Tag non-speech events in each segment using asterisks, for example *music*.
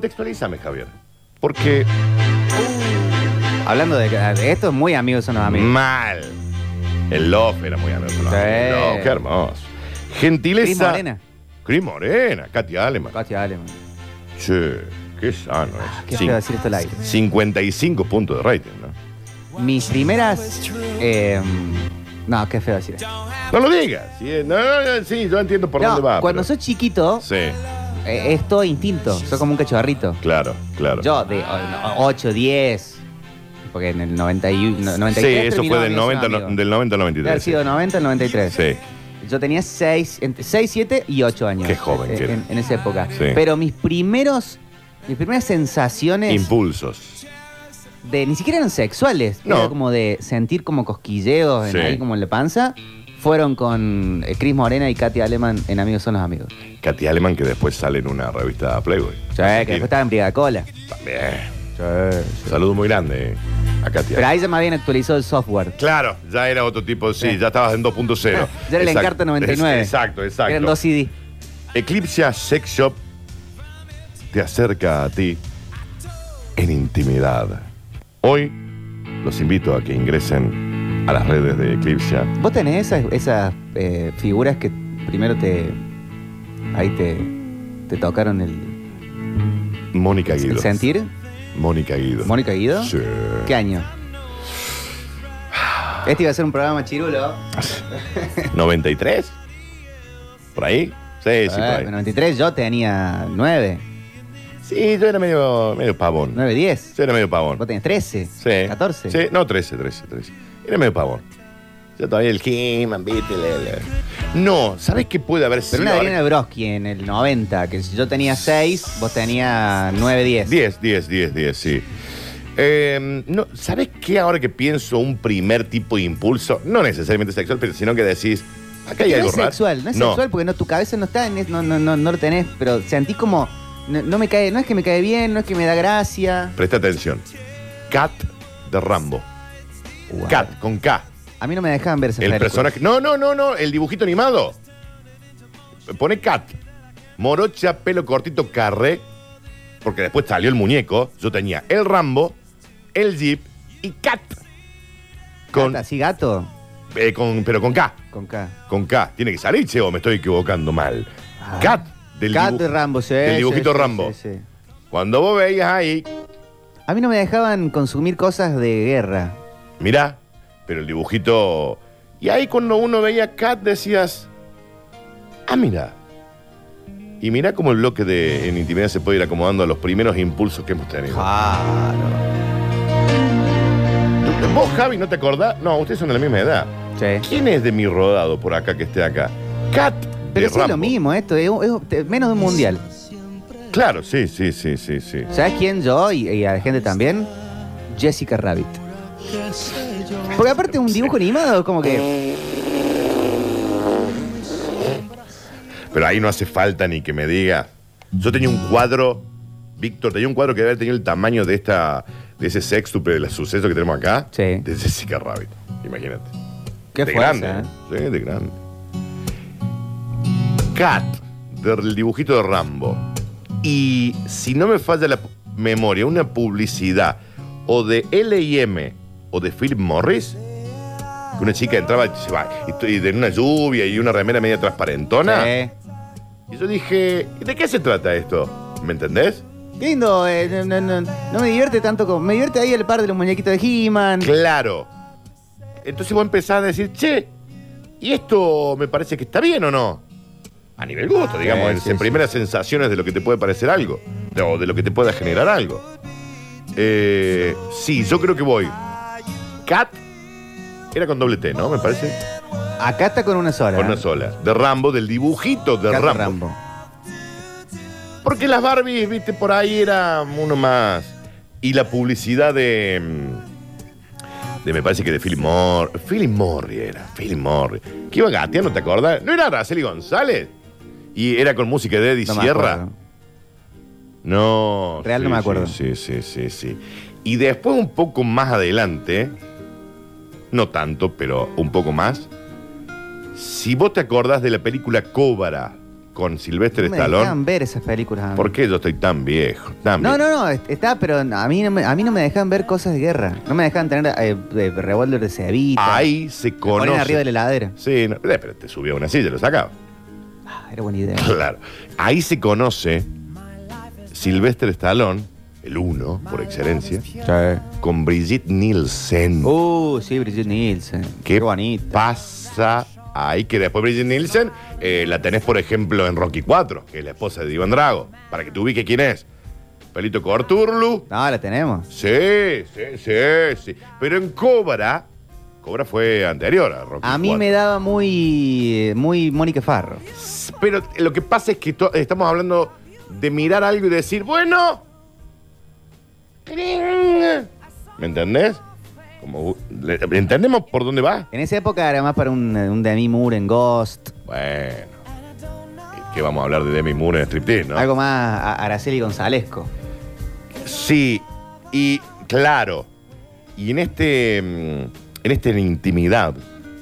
Contextualízame, Javier. Porque Hablando de, de esto, es muy amigos son los amigos. mal. El Love era muy hermoso. Sí. qué hermoso. Gentileza. Cris Morena. Cris Morena, Katia Aleman. Cati, dale, man. Che, qué sano es. ¿Qué Cin- quiero decir esto al aire? 55 puntos de rating, ¿no? Mis primeras. eh, no, qué feo decir. esto. No lo digas. Sí, no, no, no, sí, yo entiendo por No, dónde va. Cuando pero- sos chiquito, Sí, eh, es todo instinto. Sos como un cachorrito. claro, claro. Yo, de o- o- 8, 10. Porque en el 90 y, no, 93. sí, eso fue del 90, no- al del 90 al 93. Ha sido 90 al 93. Sí. Yo tenía 6, entre 6, 7 y 8 años. Qué joven eh, que era. en, en esa época. Sí. Pero mis primeros. Mis primeras sensaciones. Impulsos. de ni siquiera eran sexuales, No. era como de sentir como cosquilleos en Sí. ahí como en la panza. Fueron con eh, Cris Morena y Katy Aleman en Amigos son los amigos. Katy Aleman que después sale en una revista Playboy. O sea, que después estaba en Brigada Cola. Bien. Saludo muy grande a Katy. Pero ahí ya más bien actualizó el software. Claro, ya era otro tipo, sí, Sí. ya estabas en 2.0. *laughs* Ya era el Exacto, Encarta 99. es- Exacto, exacto. Eran dos CD. Eclipse Sex Shop te acerca a ti en intimidad. Hoy los invito a que ingresen a las redes de Eclipse. ¿Vos tenés esas, esas eh, figuras que primero te. ahí te. te tocaron el, Mónica Guido. el sentir? Mónica Guido. ¿Mónica Guido? Sí. ¿Qué año? Este iba a ser un programa chirulo. 93. ¿Por ahí? Sí, sí, por Ah, ahí. en 93 yo tenía 9, Sí, yo era medio, medio pavón. 9, 10. Yo era medio pavón. Vos tenés 13, Sí. 14. Sí, no, 13, 13, 13. Era medio pavón. Yo todavía el He-Man, viste, le- le- No, ¿sabes qué puede haber sido? Pero una Adriana Broski en el 90, que si yo tenía 6, vos tenías 9, 10. 10, 10, 10, 10, sí. Eh, no, ¿Sabes qué ahora que pienso un primer tipo de impulso? No necesariamente sexual, pero sino que decís, acá hay no algo es raro. sexual, no es No. sexual porque no, tu cabeza no está en es- no, no, no, no lo tenés, pero sentís como, no, no me cae, no es que me cae bien, no es que me da gracia. Presta atención. Cat de Rambo. Guau. Cat, con K. A mí no me dejaban ver esa El película. personaje. No, no, no, no. El dibujito animado. Pone Cat. Morocha, pelo cortito, carré. Porque después salió el muñeco. Yo tenía el Rambo, el Jeep y Cat. Con, Gata, ¿Sí, gato? eh, con- pero con K. Con K. Con K. Tiene que salir, che, o me estoy equivocando mal. Ah. Cat. Del Cat dibuj- de Rambo, sí. del sí, dibujito sí, Rambo. sí, sí. Cuando vos veías ahí, A mí no me dejaban consumir cosas de guerra. mirá, pero el dibujito. Y ahí cuando uno veía Cat decías, ah, mira. Y mirá cómo el bloque de En Intimidad se puede ir acomodando a los primeros impulsos que hemos tenido. Claro. Tú- Vos, Javi, ¿no te acordás? No, ustedes son de la misma edad. Sí. ¿Quién es de mi rodado por acá que esté acá? Cat. de Pero sí es Rambo. lo mismo esto, es, es- menos de un mundial. Claro, sí, sí, sí, sí, sí. ¿Sabes quién yo y, y a la gente también? Jessica Rabbit. Porque aparte un dibujo animado como que... Pero ahí no hace falta ni que me diga. Yo tenía un cuadro, Víctor, tenía un cuadro que debe haber tenido el tamaño de esta, de ese sextuple de los sucesos que tenemos acá. Sí. De Jessica Rabbit. Imagínate. Qué de fuerza, grande. ¿eh? ¿eh? Sí, de grande. Cat, del dibujito de Rambo. Y si no me falla la p- memoria, una publicidad o de LM o de Philip Morris, que una chica entraba y se va, y t- y de una lluvia y una remera media transparentona. Sí. Y yo dije, ¿de qué se trata esto? ¿Me entendés? Qué lindo, eh, no, no- no- no me divierte tanto como... Me divierte ahí el par de los muñequitos de He-Man. Claro. Entonces vos empezás a decir, che, ¿y esto me parece que está bien o no? A nivel gusto, digamos, Ah, Sí, en sí, sí. primeras sensaciones de lo que te puede parecer algo, de- o de lo que te pueda generar algo. Eh, sí, yo creo que voy. Cat era con doble T, ¿no? Me parece. Acá está con una sola. Con una ¿eh? sola. De Rambo, del dibujito de Cat Rambo. Porque las Barbies, viste, por ahí era uno más. Y la publicidad de. mm, de me parece que de Philip Morris. Philip Morris era, Philip Morris. Que iba gateando, ¿te acordás? ¿No era Araceli González? Y era con música de Eddie No me Sierra. acuerdo. No. Real sí, no me sí, acuerdo. Sí, sí, sí, sí. Y después, un poco más adelante, no tanto, pero un poco más. Si vos te acordás de la película Cobra, con Sylvester No me dejaban Stallone. ver esas películas. a mí. ¿Por qué yo estoy tan viejo? Tan Ah. No, viejo? no, no, est- está, pero no, a mí no me, a mí no me dejan ver cosas de guerra. No me dejan tener eh, eh, revólver de cebita. Ahí se Me ponen arriba conoce. de la heladera. Sí, no, eh, pero te subía a una silla, lo sacaba. *laughs* Ah, era buena idea. Claro. Ahí se conoce Sylvester Stallone, el uno, por excelencia, con Brigitte Nielsen. Uh, sí, Brigitte Nielsen. ¿Qué, bonita. pasa ahí? Que después Brigitte Nielsen eh, la tenés, por ejemplo, en Rocky 4, que es la esposa de Iván Drago. Para que te ubiques quién es. Pelito Corturlu. No, la tenemos. Sí, sí, sí, sí. Pero en Cobra, Cobra fue anterior a Rocky A mí 4. me daba muy, eh, muy Mónica Farro. Pero lo que pasa es que to- estamos hablando de mirar algo y decir, bueno. ¿Me entendés? Como, le- ¿Entendemos por dónde va? En esa época era más para un, eh, un Demi Moore en Ghost, Bueno. ¿Y ¿Qué vamos a hablar de Demi Moore en striptease, no? algo más a- Araceli Gonzalesco. Sí, y claro. Y en este. mm, En esta intimidad,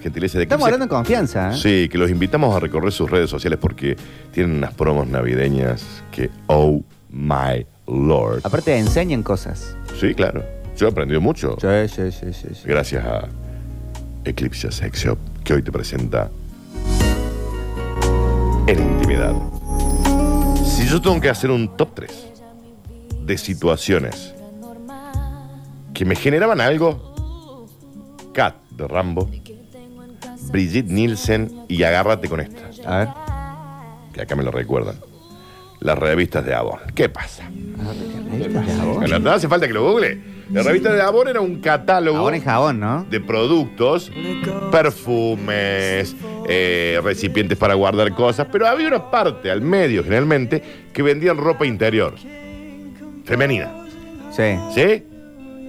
gentileza de Estamos Eclipse- hablando en confianza. ¿eh? Sí, que los invitamos a recorrer sus redes sociales porque tienen unas promos navideñas que, oh my lord. Aparte enseñan cosas. Sí, claro. Yo he aprendido mucho Sí, sí, sí, sí. sí. gracias a Eclipse Sex Shop que hoy te presenta En Intimidad. Si yo tengo que hacer un top 3 de situaciones que me generaban algo, Kat de Rambo, Brigitte Nielsen y agárrate con esta A ver. que acá me lo recuerdan. Las revistas de Avon. ¿Qué pasa? Bueno, No hace falta que lo google. Las revistas de Avon era un catálogo Ahora en jabón, ¿no? de productos, perfumes, eh, recipientes para guardar cosas, pero había una parte al medio generalmente que vendían ropa interior. Femenina. Sí. ¿Sí?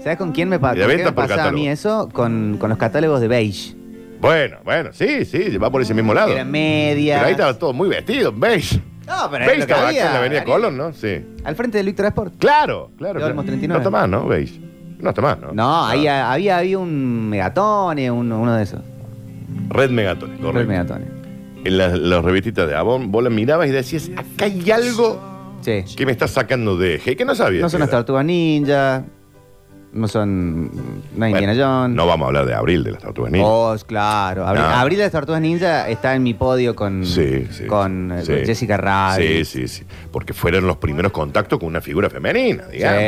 ¿Sabes con quién me, pa- Y de con quién venta me por pasaba a mí catálogo. eso? Con, con los catálogos de beige. Bueno, bueno, sí, sí, va por ese mismo lado. Era media. Pero ahí estaba todo muy vestido, beige. No, pero era Beige lo que estaba acá en la había. Avenida Colón, ¿no? Sí. Al frente del Victor Sport. Claro, claro. Yo claro. Olmos 39. No está más, ¿no? ¿Veis? No está más, ¿no? No, ahí ha- había, había un megatone, uno, uno de esos. Red Megatón, Un correcto. megatone. En las, las revistitas de Avon, vos las mirabas y decías, acá hay algo Sí. que me está sacando de eje, que no sabía. No que son las era. tortugas ninja. No son. No hay Bueno, Indiana Jones. No vamos a hablar de Abril de las Tortugas Ninja. Oh, claro. Abri- No. Abril de las Tortugas Ninja está en mi podio con, Sí, sí. con, eh, Sí. con Jessica sí, Rabbit. sí, sí. Porque fueron los primeros contactos con una figura femenina, digamos.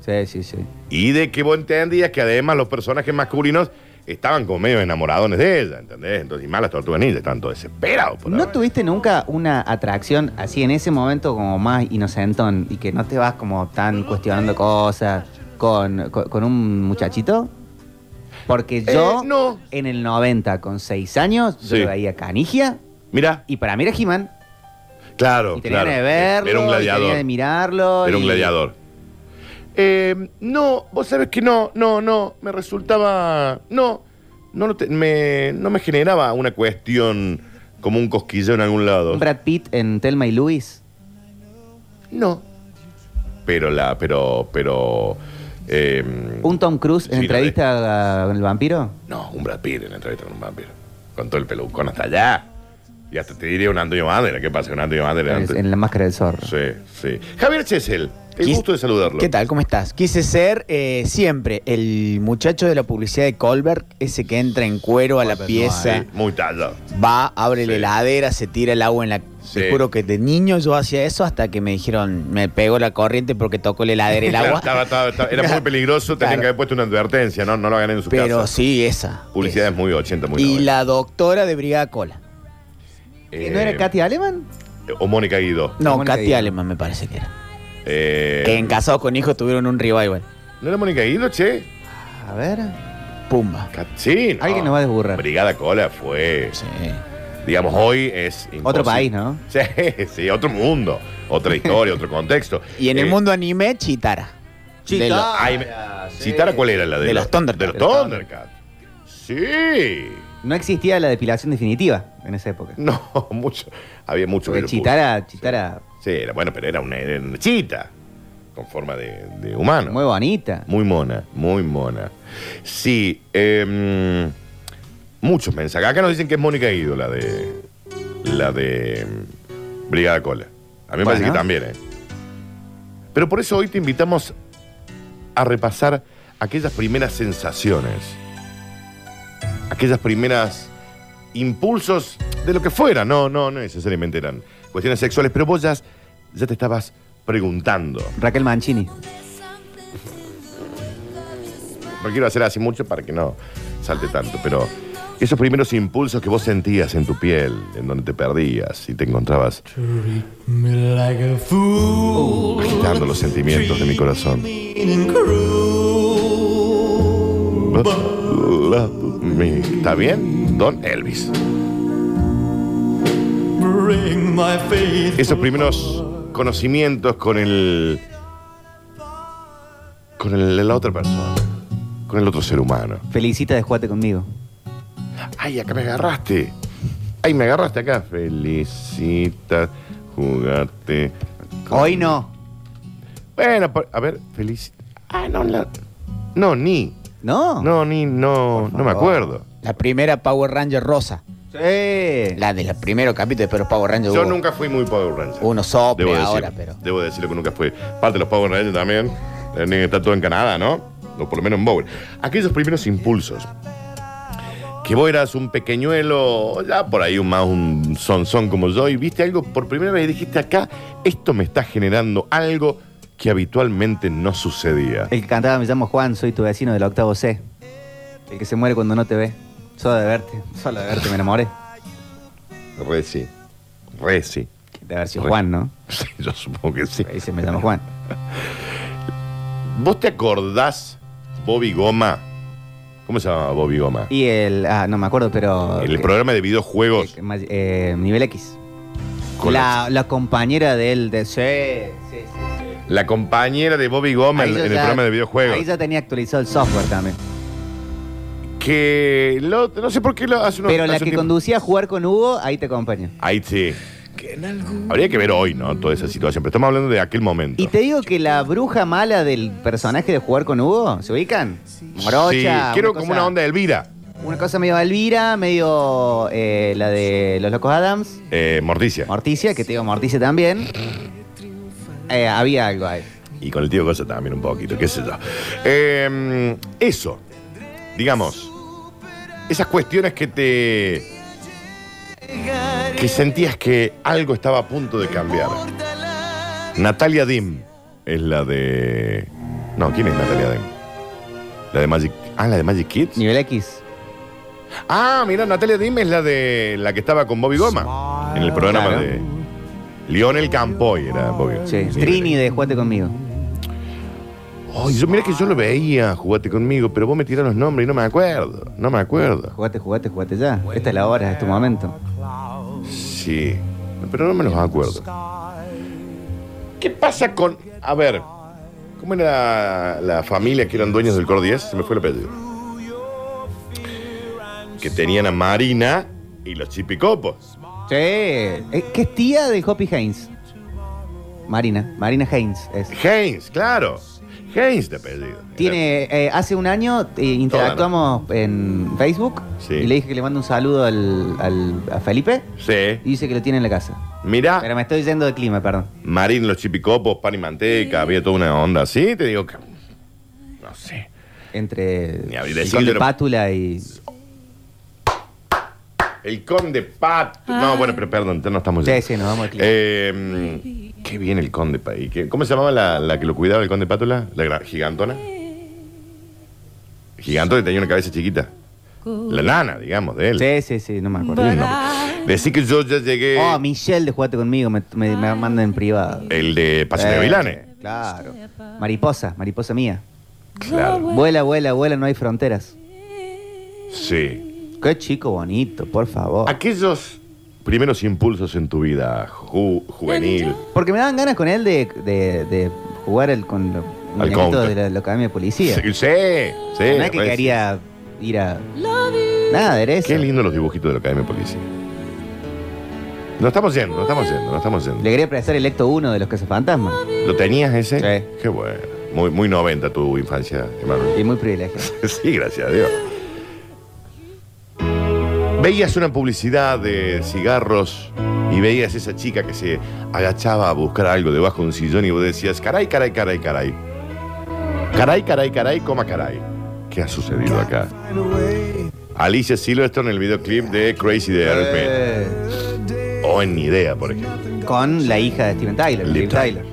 sí, sí, sí. Y de que vos entendías que además los personajes masculinos estaban como medio enamoradones de ella, ¿entendés? Entonces, y más las Tortugas Ninja, estaban todos desesperados. Por ¿No haber- tuviste nunca una atracción así en ese momento como más inocentón y que no te vas como tan cuestionando cosas con, con- con un muchachito? Porque yo Eh, no. en el 90 con 6 años yo Sí. lo veía Canigia Mira, y para mí era He-Man claro, y tenía Oh, claro. de verlo Era un y tenía gladiador. de mirarlo Era un y- gladiador. Eh, no, vos sabés que no, no, no. Me resultaba. No, no, lo te- me, no me generaba una cuestión como un cosquillo en algún lado. un Brad Pitt en Telma y Luis No. Pero la. Pero. Pero. eh, un Tom Cruise en Sí, la entrevista a- con el vampiro No, un Brad Pitt en la entrevista con un vampiro. Con todo el pelucón hasta allá. Y hasta te diría un Antonio Bandera. ¿Qué pasa con Antonio Bandera? en la máscara del zorro Sí, sí. Javier Chesel, el ¿Quis- gusto de saludarlo. ¿Qué tal? ¿Cómo estás? Quise ser eh, siempre el muchacho de la publicidad de Colbert, ese que entra en cuero a la pieza, Sí, muy tallado. va, abre la Sí. heladera, se tira el agua en la... Sí. Te juro que de niño yo hacía eso hasta que me dijeron, me pegó la corriente porque tocó la *laughs* heladera el Claro, agua. estaba- estaba- estaba- era muy peligroso, tenían *laughs* Claro. que haber puesto una advertencia, ¿no? No lo hagan en su Pero casa. sí, esa. Publicidad es esa. muy 80, muy Y 90. la doctora de Brigada Cola. Eh, ¿no era Katy Aleman? O Mónica Guido. No, Mónica Katy Guido. Alemán me parece que era. Eh, Que en Casados con Hijos tuvieron un revival. ¿No era Mónica Guido, che? a ver Pumba. Ca- Sí, no. alguien nos va a desburrar Brigada Cola fue, Sí. digamos, hoy es imposible. otro país ¿no? *laughs* Sí, sí, otro mundo, otra historia, otro contexto. *laughs* Y en Eh, el mundo anime, Chitara. De lo- ay, me- ¿Citara cuál era la de, De los Thundercats. De los Thundercats. Sí. *laughs* No existía la depilación definitiva en esa época. No, mucho. Había mucho Porque virus. Chitara, Chitara, Sí, era bueno, pero era una, era una chita con forma de, de humano. muy bonita. Muy mona, muy mona. Sí, em, muchos mensajes. Acá nos dicen que es Mónica Guido la de. La de. Brigada Cola. A mí me parece que Bueno. también, ¿eh? Pero por eso hoy te invitamos a repasar aquellas primeras sensaciones, aquellas primeras impulsos de lo que fuera. No, no, no necesariamente eran cuestiones sexuales, pero vos ya, ya te estabas preguntando. Raquel Mancini. No quiero hacer así mucho para que no salte tanto, pero esos primeros impulsos que vos sentías en tu piel, en donde te perdías y te encontrabas Treat me like a fool. agitando los sentimientos de mi corazón. mean and cruel. Love me. ¿Está bien? Don Elvis. Bring my faith. Esos primeros conocimientos con el. con el- la otra persona. Con el otro ser humano. Felicita de Juate conmigo. ¡Ay, acá me agarraste! ¡Ay, me agarraste acá! Felicita, jugate. Hoy no. Bueno, por- a ver, felicita. Ah, no, la- No, ni. No. No, ni, no, no me acuerdo. La primera Power Ranger rosa. Sí. La de los primeros capítulos, después los Power Rangers. Yo hubo nunca fui muy Power Ranger. Uno sople Debo ahora, decirlo, pero. Debo decirlo que nunca fue. Parte de los Power Rangers también. Tienen que estar todo en Canadá, ¿no? O por lo menos en Bowl. Aquellos primeros impulsos. Que vos eras un pequeñuelo, ya por ahí un más un sonzón como yo, y viste algo por primera vez y dijiste acá, esto me está generando algo que habitualmente no sucedía. El que cantaba Me llamo Juan, soy tu vecino del octavo C. El que se muere cuando no te ve. Solo de verte. Solo de verte me enamoré. Reci. Reci. De haber sido Juan, ¿no? *laughs* Sí, yo supongo que sí. Ahí se me llama Juan. ¿Vos te acordás, Bobby Goma? ¿Cómo se llamaba Bobby Goma? Y el. Ah, no me acuerdo, pero. El que- programa de videojuegos. que- ma- eh, nivel X. Con La, la compañera de él de. Sí, sí, sí. sí. La compañera de Bobby Gómez Ahí en yo el ya- programa de videojuegos. Ahí ya tenía actualizado el software también. Que lo- no sé por qué lo hace uno. Pero la hace un que tiempo- conducía a jugar con Hugo, ahí te acompaño. Ahí sí. Habría que ver hoy, ¿no? Toda esa situación. Pero estamos hablando de aquel momento. Y te digo que la bruja mala del personaje de jugar con Hugo, ¿se ubican? Morocha. Sí, quiero como cosa- una onda de Elvira. Una cosa medio Elvira, medio eh, la de los locos Adams, Eh, Morticia. Morticia, que te digo Morticia también. Eh, había algo ahí. Y con el tío Cosa también un poquito, qué sé yo. Eh, eso, digamos, esas cuestiones que te... que sentías que algo estaba a punto de cambiar. Natalia Dim es la de... No, ¿quién es Natalia Dim? La de Magic... Ah, la de Magic Kids. Nivel X. Ah, mira, Natalia Dim es la de la que estaba con Bobby Goma en el programa Claro. de... Lionel Campoy era Bobby. Sí. Mira. Trini de Juate conmigo. Ay, yo, mira que yo lo veía, jugate conmigo, pero vos me tirás los nombres y no me acuerdo. No me acuerdo. Jugate, jugate, jugate ya. Esta es la hora, es tu momento. Sí, pero no me los acuerdo. ¿Qué pasa con. A ver, ¿cómo era la familia que eran dueños del Cor 10? Se me fue el apellido. Que tenían a Marina y los chipicopos. Sí. Eh, ¿Qué es tía de Hoppy Haynes? Marina, Marina Haynes es. Haynes, claro. Haynes de apellido. Tiene, eh, hace un año eh, interactuamos en Facebook Sí. y le dije que le mando un saludo al, al- a Felipe Sí. y dice que lo tiene en la casa. Mira. Pero me estoy yendo de clima, perdón. Marín, los chipicopos, pan y manteca, había toda una onda así, te digo que. No sé. Entre Ni abrir el el gol siglo. de pátula y... El conde Pat. No, bueno, pero perdón, no estamos Sí, sí, nos vamos de clima. Eh, qué bien el conde Pat. ¿Y qué- ¿Cómo se llamaba la, la que lo cuidaba el conde Pátula? La gran- gigantona. Gigantona que tenía una cabeza chiquita. La nana, digamos, de él. Sí, sí, sí, no me acuerdo. El nombre. Decí que yo ya llegué. Oh, Michelle de Jugate Conmigo, me, me, me manda en privado. el de Pasión de Eh, Gavilanes. Claro. Mariposa, mariposa mía. Claro. Vuela, vuela, vuela, no hay fronteras. Sí. Qué chico bonito, por favor. Aquellos primeros impulsos en tu vida ju- juvenil. Porque me daban ganas con él de, de- de jugar el, con los Al counter. de la, la academia de policía. Sí, eh, sí. sí, no es que re- quería ir a. Nada, de eso. Qué lindo los dibujitos de la Academia Policía. No estamos yendo, no estamos yendo, no estamos Le yendo. quería prestar el Ecto 1 de los Cazafantasmas. ¿Lo tenías ese? Sí. Qué bueno. Muy, muy 90 tu infancia, hermano. *laughs* Y muy privilegiado. Sí, gracias a Dios. Veías una publicidad de cigarros y veías esa chica que se agachaba a buscar algo debajo de un sillón y vos decías, caray, caray, caray, caray. Caray, caray, caray, coma caray. ¿Qué ha sucedido acá? Alicia Silverstone en el videoclip de Crazy de RP. Eh, O en Ni Idea, por ejemplo. con la hija de Steven Tyler, Liv Liv Tyler.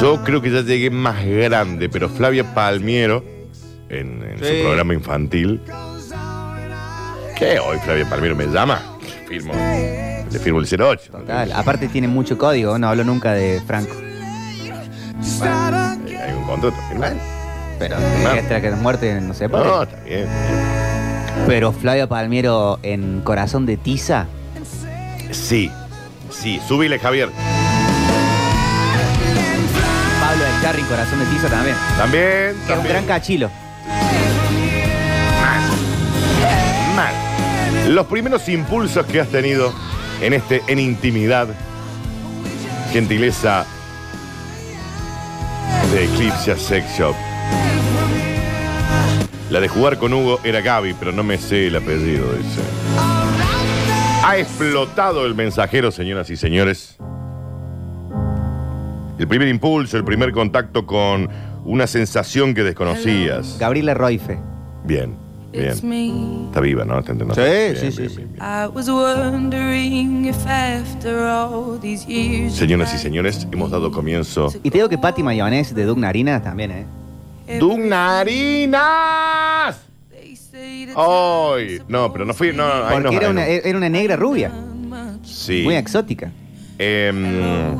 Yo creo que ya llegué más grande, pero Flavia Palmiero, en, en Sí. su programa infantil. ¿Qué? Hoy Flavia Palmiero me llama. Le firmo, le firmo el 08. Total. Aparte tiene mucho código, no hablo nunca de Franco. Eh, Hay un contrato. firmado. Pero Ah. extra que nos muerte no sé No, está bien. Pero Flavia Palmiero en Corazón de Tiza. Sí, sí, súbile, Javier. Pablo Echarri, Corazón de Tiza también. También, Que es un también. gran cachilo. Mal. Los primeros impulsos que has tenido en este, en intimidad, gentileza de Eclipse Sex Shop. La de jugar con Hugo era Gaby, pero no me sé el apellido, dice. Ha explotado el mensajero, señoras y señores. El primer impulso, el primer contacto con una sensación que desconocías. Gabriela Roife. Bien, It's bien. me. Está viva, ¿no? Está entendiendo. Sí, Bien, sí, bien, sí, bien, sí. bien. I was wondering if after all these years. Señoras y señores, hemos dado comienzo. Y te digo que Patti Mayonés de Doug Narinas también, ¿eh? ¡Dugnarinas! ¡Ay! No, pero no fui. No, ahí no, Porque era, ahí una, no. era una negra rubia, Sí. muy exótica. Em,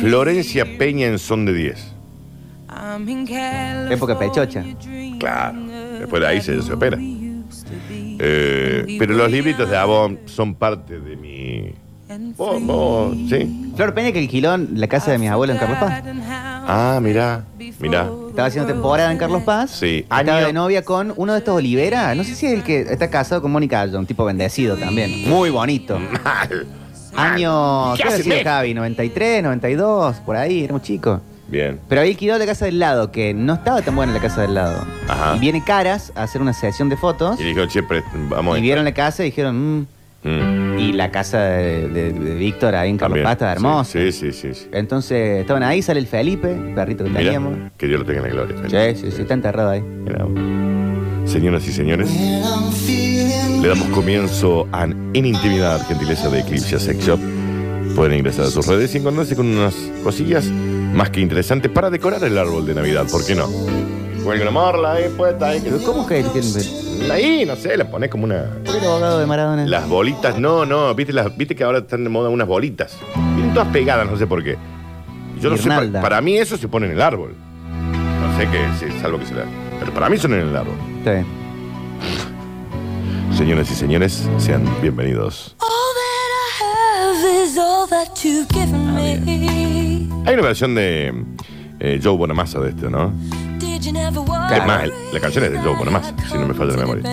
Florencia Peña en son de 10. Época pechocha. Claro, después de ahí se- se opera. Eh, pero los libritos de Avon son parte de mi. Oh, oh, sí. *laughs* Flor Peña que alquiló en la casa de mis abuelos en Carlos Paz. Ah, mirá, mirá. Estaba haciendo temporada en Carlos Paz. Sí, Estaba año- de novia con uno de estos Olivera. No sé si es el que está casado con Mónica Aldo, un tipo bendecido también. Muy bonito. Mal. Año. Mm. *laughs* ¿Qué ¿Qué habrá hace sido, Meg? Javi? 93, 92, por ahí, éramos chicos. Bien. Pero ahí alquiló la casa del lado, que no estaba tan buena la casa del lado. Ajá. Y viene Caras a hacer una sesión de fotos. Y dijo, che, pre- vamos. Y a- vieron la casa y dijeron, "Mm". Mm, y la casa de, de- de Víctor ahí en Carlos también. Paz estaba hermosa. Sí, sí, sí. sí. Entonces estaban ahí, sale el Felipe, el perrito que Mirá, teníamos. que Dios lo tenga en la gloria. Sí, sí, sí, está enterrado ahí. Mira. Señoras y señores, le damos comienzo a En Intimidad, gentileza de Eclipse Sex Shop. Pueden ingresar a sus redes y encontrarse con unas cosillas más que interesantes para decorar el árbol de Navidad, ¿por qué no? Cuelga una morla ahí E puesta eh, ahí. Pero ¿cómo que el, el- Ahí, no sé, la pones como una... el abogado de Maradona? Las bolitas, no, no, viste, las, viste que ahora están de moda unas bolitas. Vienen todas pegadas, no sé por qué. Yo no sé, pa- Guirnalda. para, mí eso se pone en el árbol. No sé qué, sí, salvo que se la... Pero para mí son en el árbol. Está bien. Señoras y señores, sean bienvenidos. Ah, Hay una versión de eh, Joe Bonamassa de esto, ¿no? Es más, el- la canción es de Joe Bonamassa, si no me falla la memoria.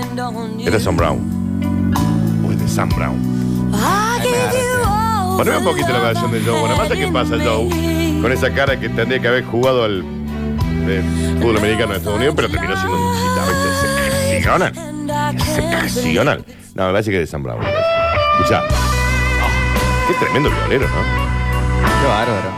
Es de Sam Brown. O es de Sam Brown. Ah, Poneme un poquito la versión de Joe Bonamassa. ¿Qué pasa, Joe? Con esa cara que tendría que haber jugado al eh, fútbol americano de Estados Unidos, pero terminó siendo un guitarrista excepcional. Excepcional. No, me parece que es de Sam Brown. Escucha. Qué tremendo violero, ¿no? Qué bárbaro.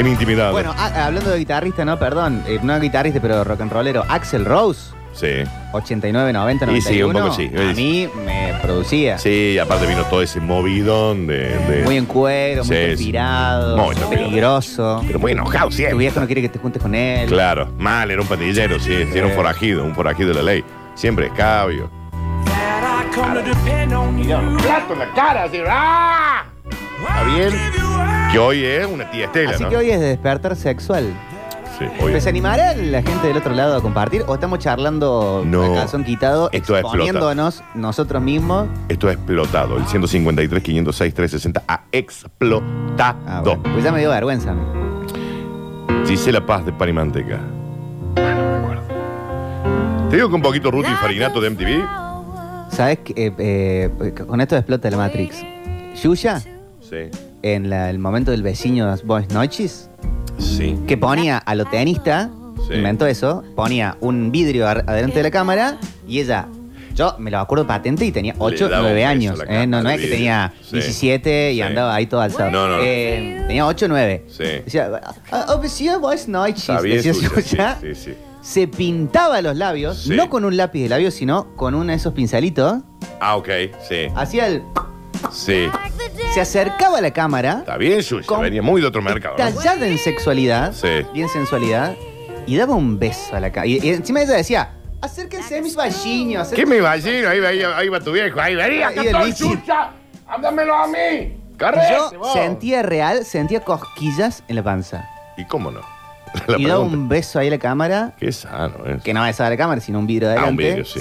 En intimidad. Bueno, a- hablando de guitarrista, no, perdón, eh, no guitarrista, pero rock and rollero, Axel Rose, Sí. 89, 90, Y sí, un 91. poco sí, A mí me producía. Sí, aparte vino todo ese movidón de. de- Muy en cuero, muy Sí, sí. transpirado, Muy transpirado. peligroso. pero muy enojado Tu siempre. viejo no quiere que te juntes con él. Claro, mal, era un pandillero, sí, sí, era un forajido, un forajido de la ley. Siempre escabio. Plato en la cara, así, ¡ah! Está bien. Que hoy es una tía Estela, Así ¿no? que hoy es de despertar sexual. Sí, hoy- ¿Pues se animará la gente del otro lado a compartir? ¿O estamos charlando No. a calzón quitado, Esto explota. exponiéndonos nosotros mismos? Esto ha explotado. El 153, 506, 360 ha explotado. Ah, bueno, Pues ya me dio vergüenza. a mí. Gisela Paz de Pan y Manteca. Te digo que un poquito Ruti Farinato de MTV. ¿Sabes qué? Eh, eh, con esto explota la Matrix. Yuya, Sí. en la- el momento del vecino de las Boys Noches, Sí. que ponía a lo tenista, Sí. inventó eso, ponía un vidrio ar- adelante de la cámara y ella Yo me lo acuerdo patente y tenía 8, Le daba un 9 beso años. a la ¿eh? No, caja no de es que vidrio. tenía Sí. 17 y Sí. andaba ahí todo alzado. No, no, no. Eh, tenía 8, 9. Sí. Decía, "Ah, oficina, vos no hay chiste", Sabía decía suya, sí, suya. sí, sí. Se pintaba los labios, Sí. no con un lápiz de labios, sino con uno de esos pincelitos. Ah, ok, sí, Hacía el. sí. Se acercaba a la cámara, Está bien suya, Con- venía muy de otro mercado. ¿no? tallada en sexualidad, Sí. bien sensualidad, y daba un beso a la cámara. Y, y encima ella decía: acérquense a mis valliños. ¿Qué me va a decir? Ahí, va- ahí va- ahí va tu viejo, ahí venía, Y acá el estoy, bichi. chucha, hándamelo a mí. Yo Carrete, vos. sentía real, sentía cosquillas en la panza. ¿Y cómo no? *laughs* La y pregunta. daba un beso ahí a la cámara, Qué sano es. que no besaba a la cámara, sino un vidrio de Ah, un adelante. vidrio, sí.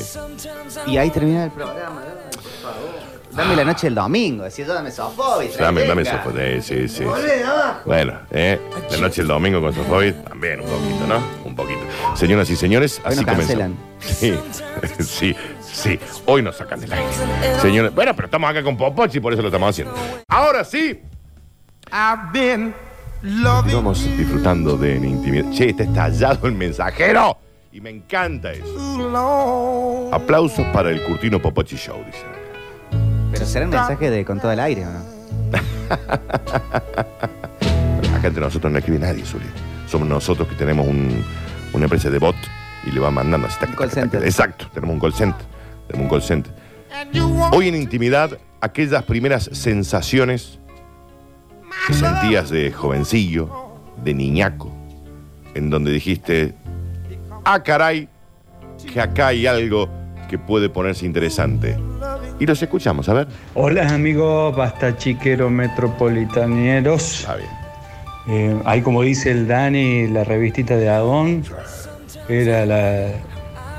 Y ahí termina el programa. Ay, por favor. Dame la noche del domingo, decía yo, dame sofobia. Dame, dame sofá. Sí, sí, sí. Bueno, ¿eh? la noche del domingo con Sofobit también un poquito, ¿no? Un poquito. Señoras y señores, Hoy así nos comenzamos. cancelan. Sí, *laughs* sí, sí. Hoy nos sacan del aire. Señores, bueno, pero estamos acá con Popochi, por eso lo estamos haciendo. Ahora sí, continuamos disfrutando de en intimidad. Che, está estallado el mensajero. Y me encanta eso. Aplausos para el Curtino Popochi Show, dice. Pero será un mensaje de con todo el aire, ¿o no? Acá entre nosotros no escribe nadie, Zuli. Somos nosotros que tenemos un- una empresa de bot y le va mandando así. tac, Un call tac, tac, center. tac. Exacto, tenemos un call center. Tenemos un call center. Hoy en intimidad, aquellas primeras sensaciones que sentías de jovencillo, de niñaco, en donde dijiste, ah, caray, que acá hay algo que puede ponerse interesante. Y los escuchamos, a ver. Hola amigos, basta chiquero metropolitanieros. Está bien. Eh, ahí como dice el Dani, la revistita de Avon era la,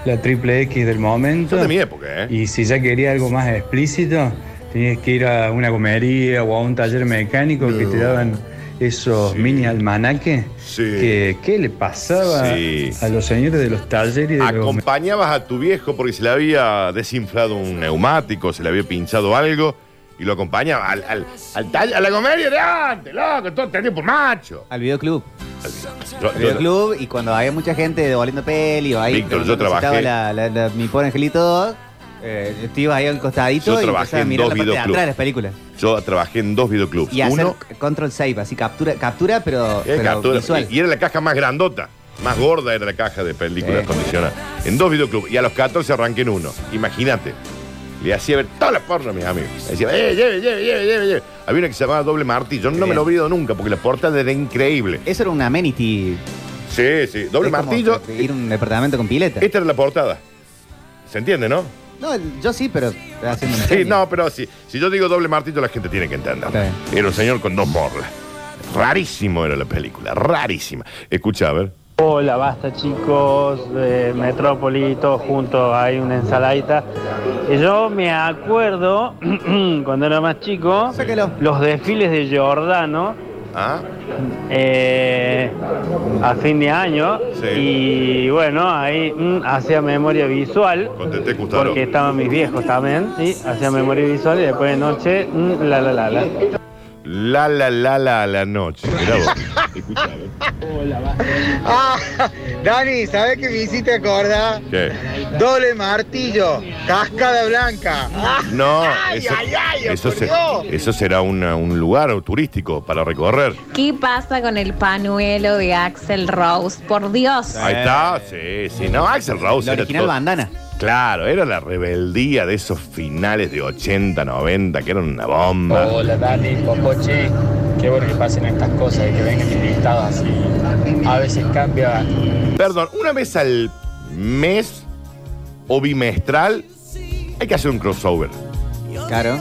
la triple X del momento. Son de mi época, ¿eh? Y si ya quería algo más explícito, tenías que ir a una gomería o a un taller mecánico que te daban esos Sí. mini almanaques. Sí. Que, ¿Qué le pasaba Sí. Ah, a los señores de los talleres y de los Acompañabas a tu viejo porque se le había desinflado un neumático, se le había pinchado algo y lo acompañaba al, al, al tall- a la comedia de antes, loco, todo tenía por macho. Al videoclub. Yo- Al yo- videoclub, y cuando había mucha gente devolviendo peli o ahí. Víctor, cuando yo trabajé- estaba la, la- la- mi pobre angelito. Eh, te ibas ahí al costadito Yo y trabajé empezabas a en mirar dos la parte de videoclub. atrás de las películas. yo trabajé en dos videoclubs. Y hacer Uno, control save, así captura, captura pero, que es pero captura, visual. y, y era la caja más grandota, más gorda era la caja de películas Sí. condicionadas. En dos videoclubs. Y a los 14 arranqué en uno. Imagínate. Le hacía ver toda la porno a mis amigos. Le decía, eh, lleve, lleve, lleve, lleve, lleve. Había una que se llamaba Doble Martillo. Yo no me Bien. lo olvido nunca porque la portada era increíble. Eso era un amenity. Sí, sí. Doble Es como martillo. Eh, Ir a un departamento con pileta. Esta era la portada. ¿Se entiende, no? No, el- yo sí, pero estaba haciendo un Sí, genio. no, pero sí. Si yo digo doble martillo, la gente tiene que entender. Está bien. Era un señor con dos morlas. Rarísimo era la película, rarísima. Escucha, a ver. Hola, basta chicos, de Metrópolito, junto hay una ensaladita. Y Yo me acuerdo, *clears throat* cuando era más chico, Sácalo. los desfiles de Giordano Ah, eh, a fin de año. Sí. Y bueno, ahí mm, hacía memoria visual, contenté, Gustavo. porque estaban mis viejos también, y hacía memoria visual y después de noche, mm, la la la la. La la la la a la noche. Mirá vos. Escucha, a ver. Ah, *laughs* Dani, ¿sabes qué me hiciste acordar? ¿Qué? Doble martillo, cascada blanca. Ah, No, Ay, eso, ay, ay, eso, por se- Dios. eso será una- un lugar turístico para recorrer. ¿Qué pasa con el panuelo de Axel Rose? Por Dios. Ahí está, sí, sí. No, Axel Rose. La era original todo- bandana. Claro, era la rebeldía de esos finales de 80, 90, que eran una bomba. Oh, Hola Dani, Popochi. Qué bueno que pasen estas cosas y que vengan invitados así. A veces cambia Perdón, una vez al mes o bimestral hay que hacer un crossover. Claro.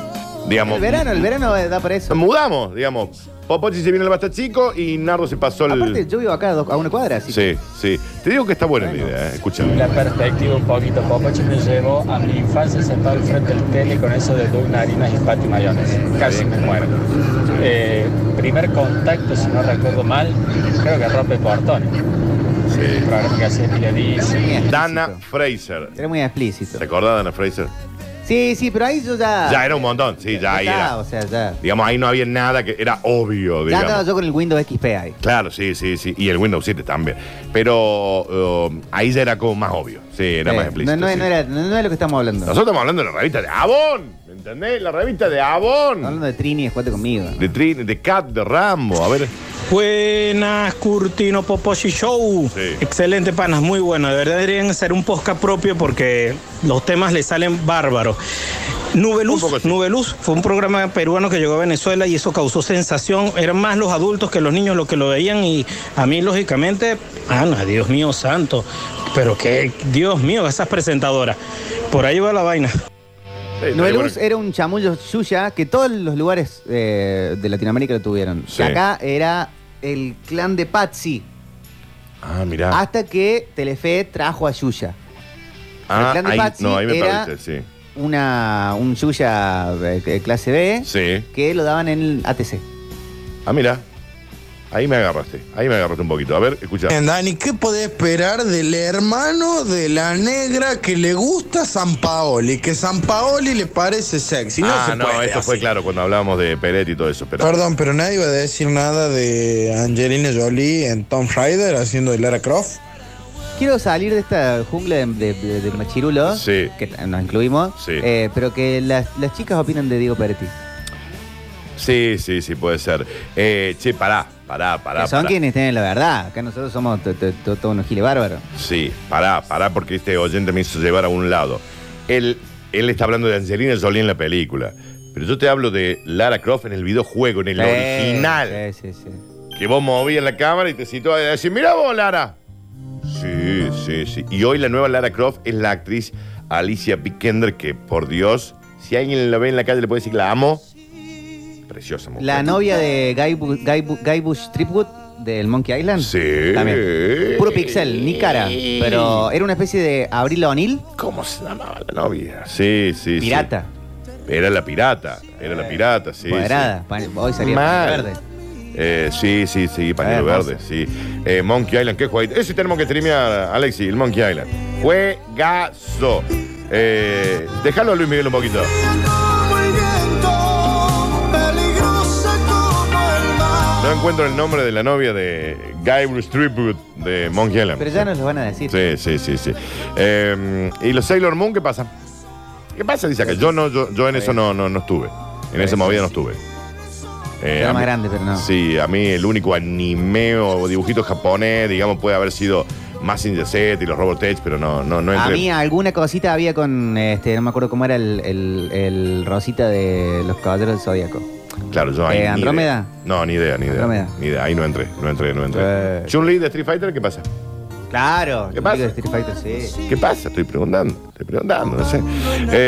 Digamos, El verano, el verano da para eso. nos mudamos, digamos. Popochi se viene al Basta Chico y Nardo se pasó el... Aparte, yo vivo acá a, dos- a una cuadra, así Sí, sí. Te digo que está buena la idea, ¿eh? escúchame. la perspectiva un poquito. Popochi me llevó a mi infancia sentado al frente del tele con eso de Doug Narinas y Patty Mayones. Casi me muero. Eh, primer contacto, si no recuerdo mal, creo que rompe portones. Sí. El programa que hacía Emilio Dizzi. que- Dana Fraser. Era muy explícito. ¿Se acordás de Dana Fraser? Sí, Sí, sí, pero ahí yo ya. Ya era un montón, sí, ya ahí estaba, era. O sea, Ah. ya. Digamos, ahí no había nada que era obvio, Ya andaba digamos. yo con el Windows XP ahí. Claro, sí, sí, sí. Y el Windows 7 también. Pero um, ahí ya era como más obvio. Sí, era Sí. más explícito. No, no, sí. no era, no, no es lo que estamos hablando. Nosotros estamos hablando de la revista de Avon. ¿Me entendés? La revista de Avon. Estamos hablando de Trini, descuate conmigo. ¿no? De Trini, de Cat, de Rambo. A ver. Buenas, Curtino Poposhi Show. Sí. Excelente, panas, muy bueno. De verdad deberían hacer un podcast propio porque los temas le salen bárbaros. Nubeluz, Nubeluz fue un programa peruano que llegó a Venezuela y eso causó sensación. Eran más los adultos que los niños los que lo veían y a mí, lógicamente, Ana, Dios mío santo. Pero que, Dios mío, esas presentadoras. Por ahí va la vaina. Noveluz era un chamullo suya que todos los lugares eh, de Latinoamérica lo tuvieron. Sí. Y acá era el clan de Patsy. Ah, mirá. Hasta que Telefe trajo a Yuya. Ah, el clan de ahí- Patsy no, ahí me era- perdiste, sí. Una, un Yuya eh, eh, clase B Sí. que lo daban en el ATC. Ah, mirá. Ahí me agarraste. Ahí me agarraste un poquito. A ver, escucha. Bien, Dani, ¿qué podés esperar del hermano de la negra que le gusta San Paoli? Que San Paoli le parece sexy. No ah, se no, puede esto fue así. claro cuando hablábamos de Peret y todo eso. Pero Perdón, pero nadie va a decir nada de Angelina Jolie en Tom Rider haciendo de Lara Croft. Quiero salir de esta jungla de, de- de- del machirulo, que t- nos incluimos, eh, pero que las, las chicas opinan de Diego Peretti. Sí, sí, sí, puede ser. Eh, che, pará, pará, pará. que son pará. quienes tienen la verdad. Acá nosotros somos to- to- to- todos unos giles bárbaros. Sí, pará, pará, porque este oyente me hizo llevar a un lado. Él, él está hablando de Angelina Jolie en la película. Pero yo te hablo de Lara Croft en el videojuego, en el Sí, original. Sí, sí, sí. Que vos movías la cámara y te situabas y decís, mirá vos, Lara. Sí, sí, sí. Y hoy la nueva Lara Croft es la actriz Alicia Vikander, que por Dios, si alguien la ve en la calle le puede decir que la amo. Preciosa mujer. La novia de Guy, Bu- Guy Bu- Guy Bush Tripwood del Monkey Island. Sí. También. Puro pixel, ni cara. Pero era una especie de Abril O'Neill. ¿Cómo se llamaba la novia? Sí, sí, sí. Pirata. Era la pirata, era la pirata, sí. Cuadrada. sí. Pa- Hoy salía Mal. verde. Eh, sí, sí, sí, pañuelo Ah, verde, sí. Eh, Monkey Island, qué jueguito. Ese tenemos que streamear, Alexi, el Monkey Island. Juegazo. Eh, déjalo a Luis Miguel un poquito. No encuentro el nombre de la novia de Guy Bruce Tribute de Monkey Island. Pero ya nos lo van a decir. Sí, sí, sí, sí. Eh, ¿Y los Sailor Moon qué pasa? ¿Qué pasa? Dice acá. Yo no, yo, yo en eso no, no, no estuve. En esa movida no estuve. Eh, Era a más mí- grande, pero no. Sí, a mí el único anime o dibujito japonés, digamos, puede haber sido Massinger Z y los Robot Tech, pero no, no, no A entré. mí alguna cosita había con, este, no me acuerdo cómo era el, el- el Rosita de los Caballeros del Zodíaco. claro, yo ahí. Eh, ni Andrómeda. idea. No, ni idea, ni idea. Andrómeda. Ni idea. Ahí no entré, no entré, no entré. Eh. Chun-Li de Street Fighter, ¿qué pasa? Claro, ¿Qué pasa? de Street Fighter, sí. ¿Qué pasa? Estoy preguntando, estoy preguntando, no sé.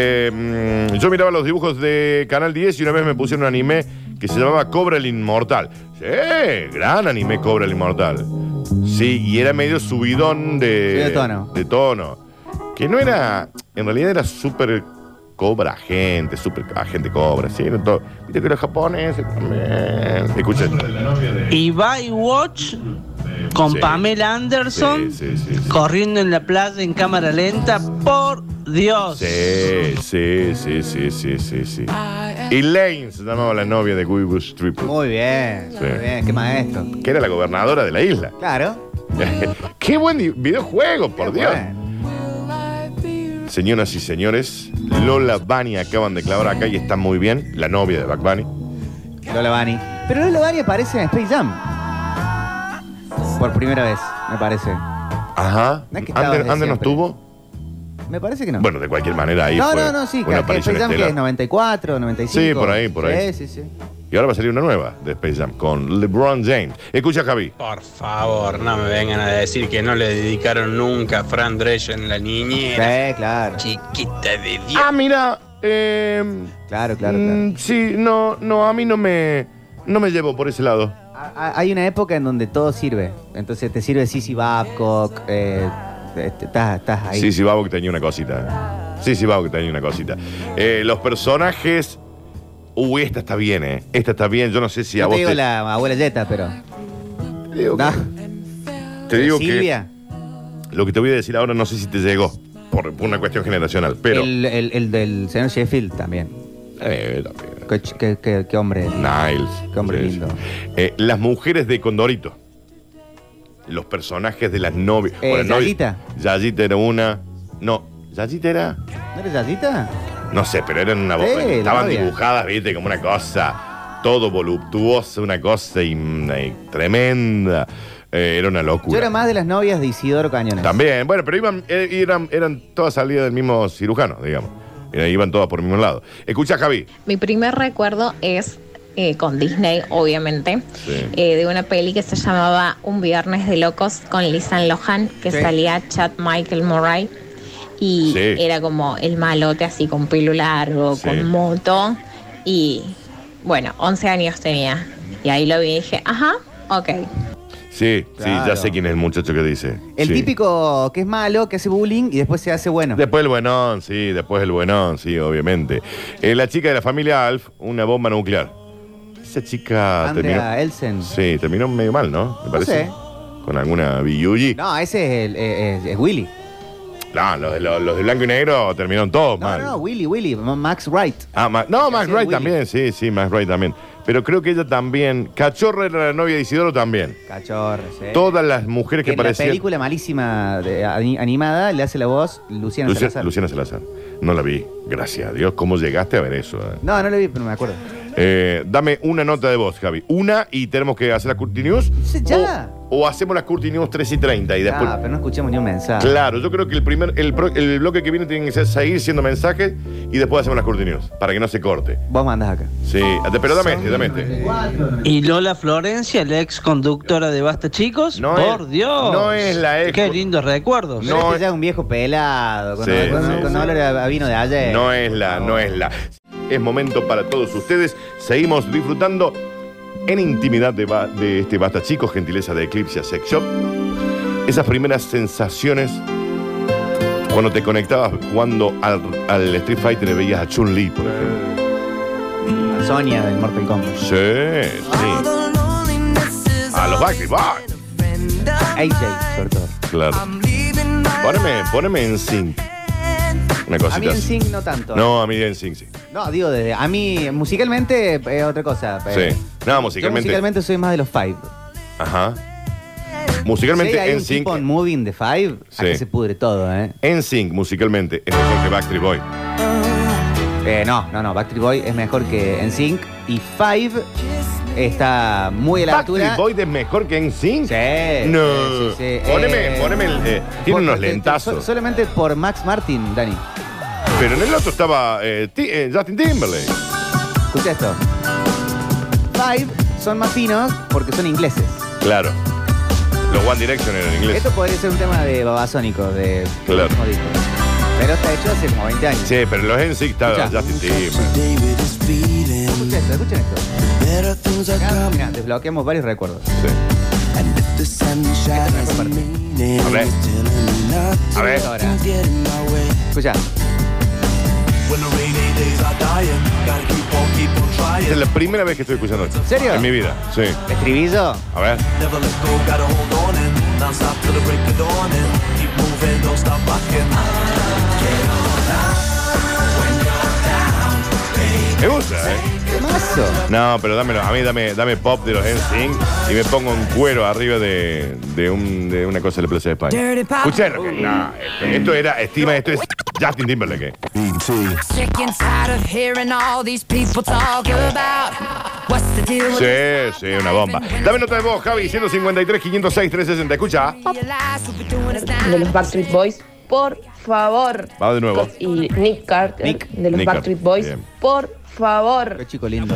Eh, mm, yo miraba los dibujos de Canal 10 y una vez me pusieron un anime que se llamaba Cobra el Inmortal. Sí, gran anime Cobra el Inmortal. Sí, y era medio subidón de, Subido de tono. de tono. Que no era, en realidad era súper cobra gente, súper agente cobra, sí, era todo. Viste que los japoneses también. Escuchen. Ibai Watch con Sí. Pamela Anderson corriendo en la playa en cámara lenta. Por Dios. Sí, sí, sí, sí, sí, sí, sí. Elaine se llamaba la novia de Guy Bush Triple. Muy bien, muy bien, qué maestro. Que era la gobernadora de la isla. *laughs* Claro. Qué buen di- videojuego, por Dios. Señoras y señores, Lola Bunny acaban de clavar acá y está muy bien. La novia de Back Bunny. Lola Bunny. Pero Lola Bunny aparece en Space Jam. Por primera vez, me parece. Ajá. No es que estaba ¿Antes desde antes no siempre. estuvo? Me parece que no. Bueno, de cualquier manera ahí. no, fue no, no, sí. Una que- que aparición Space Jam que es estelar. 94, 95. Sí, por ahí, por ahí. Sí, sí, sí. Y ahora va a salir una nueva de Space Jam con LeBron James. Escucha, Javi. Por favor, no me vengan a decir que no le dedicaron nunca a Fran Drescher en la niñera. Sí, claro. Chiquita de Dios. Ah, mira. eh, Claro, claro, mm, Sí, no, no, a mí no me, no me llevo por ese lado. Ha- Hay una época en donde todo sirve. Entonces te sirve Sissy Babcock, eh, este, estás, estás ahí. Sí, sí, Babo que tenía una cosita. Sí, sí, Babo que tenía una cosita. Eh, los personajes. Uy, esta está bien, ¿eh? Esta está bien. Yo no sé si a no te vos. digo te- la abuela Jetta, pero. Te digo, No, te digo que Silvia. lo que te voy a decir ahora no sé si te llegó. por una cuestión generacional. Pero. El, el- el del señor Sheffield también. Eh, Qué, ch- qué- qué- qué hombre. Niles. Qué hombre Sí, sí. lindo. Eh, las mujeres de Condorito. Los personajes de las novias. Eh, o las novias. Yayita. Yayita era una. No, Yayita era. ¿No eres Yayita? No sé, pero eran una. bo- Sí, la estaban novia. dibujadas, viste, como una cosa. Todo voluptuosa, una cosa y- y tremenda. Eh, era una locura. Yo era más de las novias de Isidoro Cañones. También, bueno, pero iban, eh, eran, eran todas salidas del mismo cirujano, digamos. Era- Iban todas por el mismo lado. Escucha, Javi. Mi primer recuerdo es eh, con Disney, obviamente, eh, de una peli que se llamaba Un Viernes de Locos con Lisan Lohan, que Sí. salía Chad Michael Murray. Y Sí. era como el malote así con pelo largo, Sí. con moto. Y bueno, 11 años tenía. Y ahí lo vi y dije, ajá, ok. Sí, sí, ya Claro. sé quién es el muchacho que dice. El Sí. típico que es malo, que hace bullying y después se hace bueno. Después el buenón, sí, después el buenón, sí, obviamente. Eh, la chica de la familia Alf, una bomba nuclear. Esa chica Andrea terminó. Elsen. Sí, terminó medio mal, ¿no? Me parece. sé. Con alguna billuyi. No, ese es, el, eh, es- es Willy. No, los, de- los- los de blanco y negro terminaron todos No, mal. no, Willy, Willy, Ma- Max Wright. Ah, Ma- no, Max hacía Wright Willy. también, sí, sí, Max Wright también. Pero creo que ella también. Cachorra era la novia de Isidoro también. Cachorro, sí. Todas las mujeres que eh. en la parecían. película malísima de- ani- animada le hace la voz Luciana Lucia- Salazar. Luciana Salazar. No la vi, gracias a Dios. ¿Cómo llegaste a ver eso? eh? No, no lo vi, pero me acuerdo. Eh, dame una nota de voz, Javi. Una y tenemos que hacer la Curti News. ya. O, o hacemos la Curti News 3 y 30 Oh. y después. Ah, pero no escuchamos ni un mensaje. Claro, yo creo que el primer, el, pro- el bloque que viene tiene que ser seguir siendo mensajes y después hacemos las Curti News para que no se corte. Vos mandás acá. Sí, pero dame este, dame este. Y Lola Florencia, la ex conductora de Basta Chicos. por es- Dios. no es la ex- Qué lindos recuerdos. No es este ya es un viejo pelado, con, Sí, con- sí, con sí. olor a a vino de ayer. No es la, no es la. Es momento para todos ustedes. Seguimos disfrutando en intimidad de, ba- de este Basta Chicos, gentileza de Eclipse Sex Shop. Esas primeras sensaciones cuando te conectabas jugando al, al Street Fighter y veías a Chun-Li, por ejemplo. A Sonia del Mortal Kombat. Sí, sí. A los Backstreet Boys, AJ, sobre todo. claro. Poneme, poneme en sync. Una A mí cosita. en así. Sync no tanto. No, a mí en sync, sí. No, digo, desde, a mí musicalmente es otra cosa. pero- Sí. No, Yo musicalmente soy más de los Five. Ajá. Musicalmente Sí, hay en un sync. tipo en Moving the Five, Sí. acá se pudre todo, ¿eh? En sync musicalmente es mejor que Backstreet Boy. Eh, no, no, no. Backstreet Boy es mejor que NSYNC. Y Five está muy a la Backstreet altura. Boy es mejor que NSYNC. Sí. No. sí, sí, sí. Poneme, Eh, poneme el, eh, tiene por- unos te- te- lentazos. so- solamente por Max Martin, Dani. Pero en el otro estaba eh, Ti- eh, Justin Timberlake. Escucha esto. Five son más finos porque son ingleses. Claro. Los One Direction eran en inglés. Esto podría ser un tema de babasónico, de Claro. como dijo. Pero está hecho hace como 20 años. Sí, pero en los NSYNC estaba Escucha. Justin Timberlake. Escuchen esto, escuchen esto. Mirá, mirá, desbloqueamos varios recuerdos. A ver. A ver. Ahora. Escucha. Es la primera vez que estoy escuchando esto. ¿En serio? En mi vida. Sí. Estribillo. A ver. Me gusta, ¿eh? Temazo. No, pero dámelo. A mí dame, dame pop de los NSYNC y me pongo un cuero arriba de, de, un- de una cosa de la Plaza de España. Dirty pop. Escuché lo que- No, esto, esto era, estima, esto es Justin Timberlake. Sick and tired of hearing all these people talk about what's the deal with this Sí, sí, una bomba. Dame nota de voz, Javi, 153, 506, 360. Escucha. de los Backstreet Boys, por favor. Vamos de nuevo. Y Nick Carter Nick. de los Nick Backstreet Carter, Boys, bien. por favor. Qué chico lindo.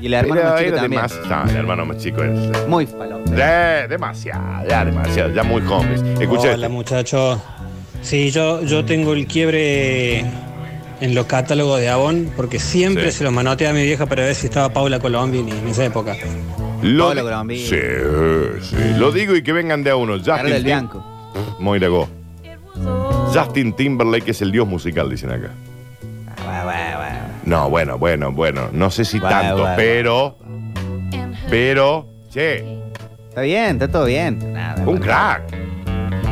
Y el hermano más chico Era también. demas- no, el hermano más chico es. Muy falón. Eh, demasiado, ya demasiado, ya muy jóvenes. Escucha. Mm. Hola muchachos. Sí, yo, yo tengo el quiebre en los catálogos de Avon porque siempre Sí. se los manoteaba a mi vieja para ver si estaba Paula Colombi en en esa época. Lo, Pablo di- sí, sí. lo digo y que vengan de a uno. Justin del Tim- Moira Go. Justin Timberlake es el dios musical, dicen acá. No, bueno, bueno, bueno. No sé si Bueno, tanto, bueno. pero. Pero. Che, Está bien, está todo bien. Nada, un bueno. crack.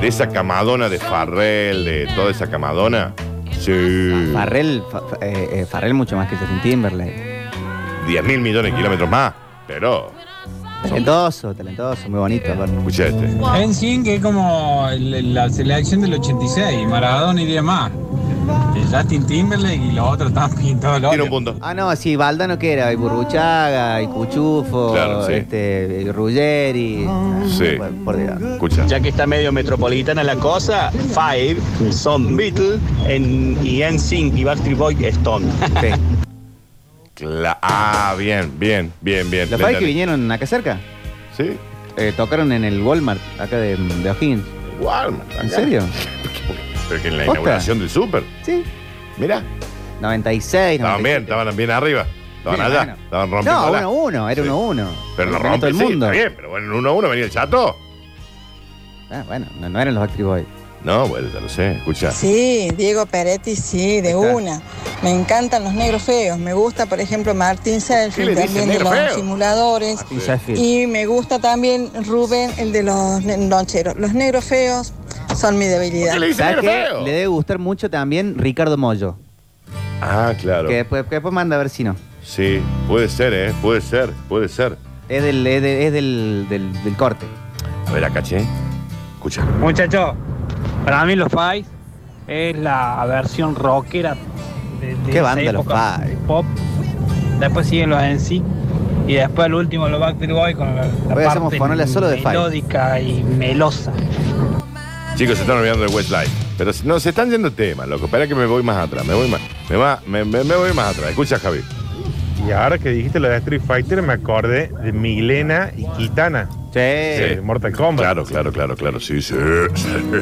De esa camadona de Farrell, de toda esa camadona. Sí. Farrell, fa- fa- eh, eh, Farrell mucho más que Justin Timberlake. 10 mil millones de kilómetros más. Pero, Talentoso, talentoso, muy bonito. escucha este. En sí, que es como el- la selección del 86, Maradona y demás. El Justin Timberlake y los otros están pintados los un punto. Ah, no, sí, Valdano que era, y Burruchaga, y Cuchufo, Claro, sí. este, y Ruggeri. ah, Sí. Escucha. Ya que está medio metropolitana la cosa, Five son Beatles en, y NSYNC y Backstreet Boy Stone. Cla- ah, bien, bien, bien, bien. ¿Los padres que vinieron acá cerca? Eh, Sí. tocaron en el Walmart, acá de, de O'Higgins. Walmart. ¿En serio? Pero que en la Posta. inauguración del súper. Sí. Mira. 96, Estaban bien, estaban bien arriba. Estaban Bien, allá. bueno. Estaban rompiendo. No, la- 1-1, era 1-1. Pero lo Tenía rompe todo el sí, mundo. está bien, pero bueno, en uno a uno venía el chato. Ah, bueno, no, no eran los Backstreet Boys. No, bueno, ya lo sé, escucha. Sí, Diego Peretti, sí, de una. Me encantan los negros feos. Me gusta, por ejemplo, Martín ¿Qué Selfie, le dicen, también de negro los feo? simuladores. Martín Saffir. Y me gusta también Rubén, el de los ne- loncheros. Los negros feos son mi debilidad. ¿Sabes qué? Le debe gustar mucho también Ricardo Mollo. Ah, claro. Que después, que después manda a ver si no. Sí, puede ser, ¿eh? Puede ser, puede ser. Es del, es del, es del, del- del corte. A ver, acá, che. Escucha. Muchachos, para mí los Five es la versión rockera de, de ¿Qué esa banda los época Five? Pop. Después siguen los NC. Y después el último, los Backstreet Boys con la, la Hoy hacemos ponerle solo de Five. melódica y melosa. Chicos, se están olvidando de Westlife. Pero si- no, se están yendo temas, loco. Espera que me voy más atrás. Me voy más, me va- me- me- me voy más atrás. Escucha, Javi. Y ahora que dijiste lo de Street Fighter, me acordé de Milena y Kitana. Sí. Mortal Kombat. Claro, claro, claro, claro. Sí, sí.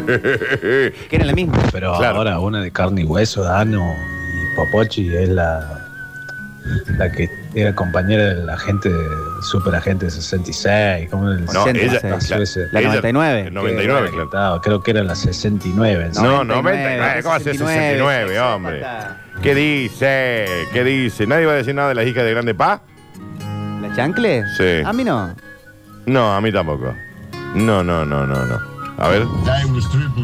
Que era la misma. Pero ahora una de carne y hueso, Dano y Popochi es la, la que era compañera de la gente, super agente 66, como el No, ella- pasó la- ese- la Ella- 99. 99, Creo, creo que era la 69. No, 99. ¿Cómo hace 69, hombre? ¿Qué dice? ¿Qué dice? ¿Nadie va a decir nada de las hijas de Grande Paz? ¿La Chancle? Sí. A mí no. No, a mí tampoco. No, no, no, no, no. A ver.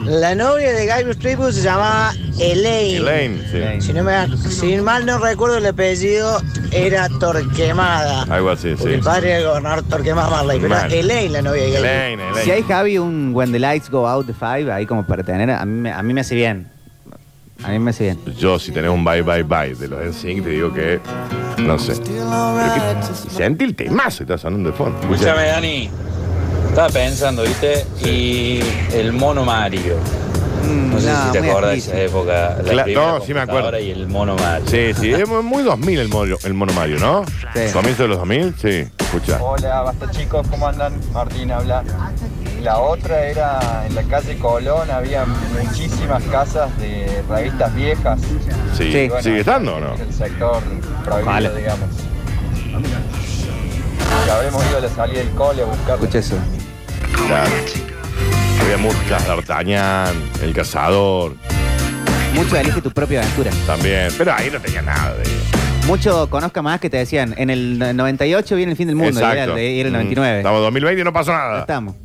La novia de Guybrush Tribus se llamaba Elaine. Elaine, sí. Si, no me- si mal no recuerdo el apellido, era Torquemada. Algo así, Porque sí. El padre era el gobernador Torquemada Marley, pero era Marley. Elaine la novia de Guybrush. Elaine, Elaine. Si hay Javi un When the Lights Go Out the Five, ahí como para tener, a mí, me- a mí me hace bien. A mí me hace bien. Yo, si tenés un bye, bye, bye de los NSYNC, te digo que. No sé. Pero que- Sentí el temazo, está sonando de fondo. Escucha. Escúchame, Dani. Estaba pensando, ¿viste? Y el mono Mario. Mm, No sé no, si te muy acordás de difícil. esa época. La Cla- primera no, sí me acuerdo. computadora Y el mono Mario. Sí, sí, es muy 2000 el, mono- el mono Mario, ¿no? Sí. Comienzo de los 2000, sí. Escucha. Hola, basta chicos, ¿cómo andan? Martín habla. La otra era en la calle Colón, había muchísimas casas de revistas viejas. Sí. Y bueno, ¿Sigue estando o no? Es el sector prohibido, Vale. digamos. Que habremos ido a la salida del cole a buscar. Escucha eso. Claro. Había muchas, D'Artagnan, El Cazador, Mucho elige tu propia aventura. también. Pero ahí no tenía nada de. Mucho conozca más que te decían, en el 98 viene el fin del mundo, y era, el de- y era el Mm. 99. Estamos en 2020 y no pasó nada. Estamos.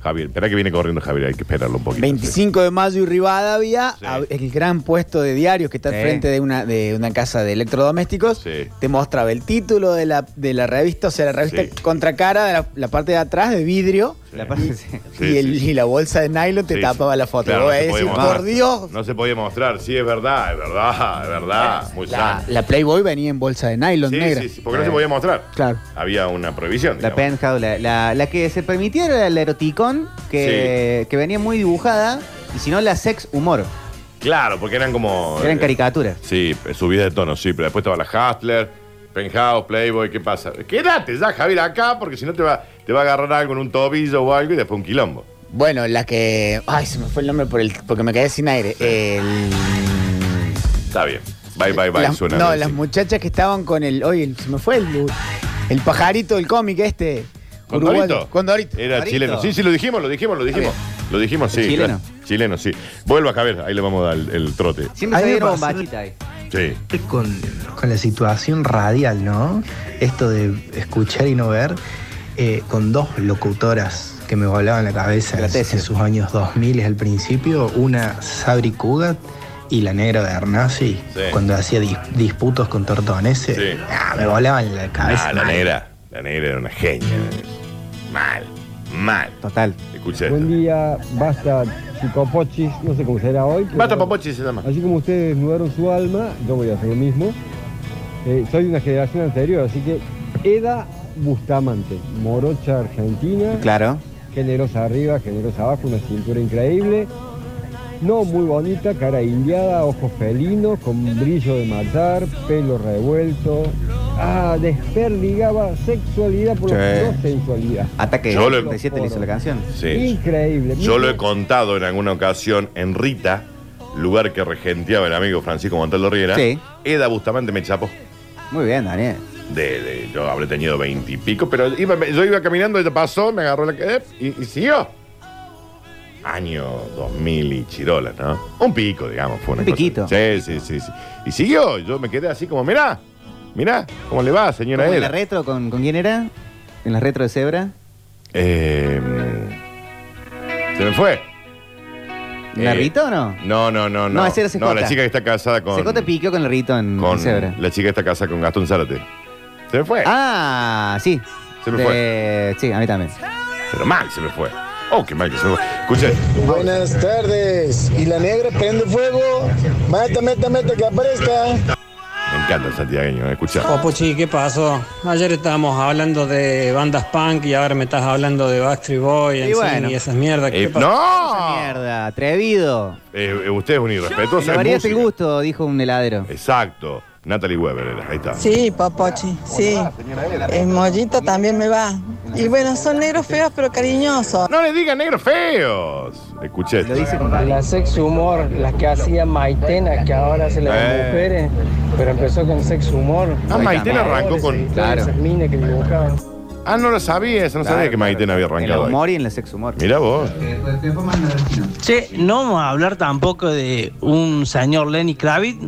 Javier, espera que viene corriendo Javier, hay que esperarlo un poquito. 25 de mayo y Rivadavia, ab- el gran puesto de diarios que está al Sí. frente de una, de una casa de electrodomésticos, te mostraba el título de la, de la revista, o sea, la revista Sí. contracara de la, la parte de atrás de vidrio. La Y, parte- Sí, *laughs* y el- sí. y la bolsa de nylon te Sí, tapaba la foto. Claro, Vos se vas a podía decir, mostrar. por Dios. No se podía mostrar, sí, es verdad, es verdad, es verdad. Muy La, sano. la Playboy venía en bolsa de nylon Sí, negra. sí, sí, porque no se podía mostrar. Claro. Había una prohibición. La digamos. penthouse, la, la- la que se permitía era la eroticón, que, que venía muy dibujada, y si no la sex humor. Claro, porque eran como. Eran eh, caricaturas. Sí, subida de tono, sí, pero después estaba la Hustler, Penthouse, Playboy, ¿qué pasa? Quédate ya, Javier, acá, porque si no te va, te va a agarrar algo en un tobillo o algo y después un quilombo. Bueno, la que. Ay, se me fue el nombre por el, porque me quedé sin aire. El- Está bien. Bye, bye, bye, las- suena. no, bien, las sí. muchachas que estaban con el. Oye, el- se me fue el. El pajarito del cómic este. ¿Condorito? Condorito. Era Condorito. chileno. Sí, sí, lo dijimos, lo dijimos, lo dijimos. Lo dijimos, sí. ¿Es chileno? claro. Chileno, sí. Vuelva, Javier, ahí le vamos a dar el, el trote. Siempre Ahí se me dieron pasó. bombachita ahí. Sí. con, con la situación radial, ¿no? Esto de escuchar y no ver, eh, con dos locutoras que me volaban la cabeza en, en sus años 2000 al principio, una Sabri Cugat y la negra Bernasi, cuando hacía dis- disputos con Tortonese, ah, me volaban la cabeza. Ah, la mal. negra. La negra era una genia. Mal. Mal. Total. Escuché. Buen día, basta chicopochis, no sé cómo será hoy. pero- Basta Popochi se llama. Así como ustedes mudaron su alma, yo voy a hacer lo mismo. Eh, soy de una generación anterior, así que Eda Bustamante, morocha argentina. Claro. Generosa arriba, generosa abajo, una cintura increíble. No muy bonita, cara indiada, ojos felinos, con brillo de matar, pelo revuelto. Ah, desperdigaba sexualidad por Sí. no sensualidad. Hasta que Yo lo- 77 le hizo la canción. Sí. Increíble. Yo lo Mira, he contado en alguna ocasión en Rita, lugar que regenteaba el amigo Francisco Montaldo Riera. Sí. Eda Bustamante me chapó. Muy bien, Daniel. De, de- yo habré tenido veintipico, pero iba- yo iba caminando, ella pasó, me agarró la eh, y, y siguió. Año 2000 y Chirola, ¿no? Un pico, digamos, fue una Un cosa. piquito. Sí, sí, sí, sí. Y siguió, yo me quedé así como, mirá, mirá, ¿cómo le va, señora ¿Cómo ¿En la Eda? retro con, con quién era? ¿En la retro de Zebra? Eh, se me fue. ¿La Eh, Rita o no? No, no, no, no. No, esa era Secota. No, la chica que está casada con. Secota piqueó con la Rito en, con en Zebra. La chica que está casada con Gastón Zárate. Se me fue. Ah, sí. Se me De- fue. Sí, a mí también. Pero mal se me fue. Oh, qué mal que se me fue. Escuché. Buenas tardes. Y la negra prende fuego. Mata, mata, mata, que aparezca. Me encanta el santiagueño, eh, escucha. Popochi, ¿qué pasó? Ayer estábamos hablando de bandas punk y ahora me estás hablando de Backstreet Boy Y NSYNC bueno. y esas mierdas. ¿Qué Eh, pasó? ¡No! Mierda, atrevido. Eh, eh, usted es un irrespetuoso. Le es variaste el música. gusto, dijo un heladero. Exacto. Natalie Weber era, ahí está. Sí, papochi, sí. El mollito también me va. Y bueno, son negros feos pero cariñosos. No le digan negros feos. Escuché. esto. La sex humor, las que hacía Maitena, que ahora se le ven Eh. mujeres, pero empezó con sex humor. Ah, Maitena arrancó con- Claro. Esas minas que dibujaban. Ah, no lo sabía, eso no sabía que Maitena había En el arrancado. ahí. humor y en el sex humor. Mirá vos. Che, no vamos a hablar tampoco de un señor Lenny Kravitz.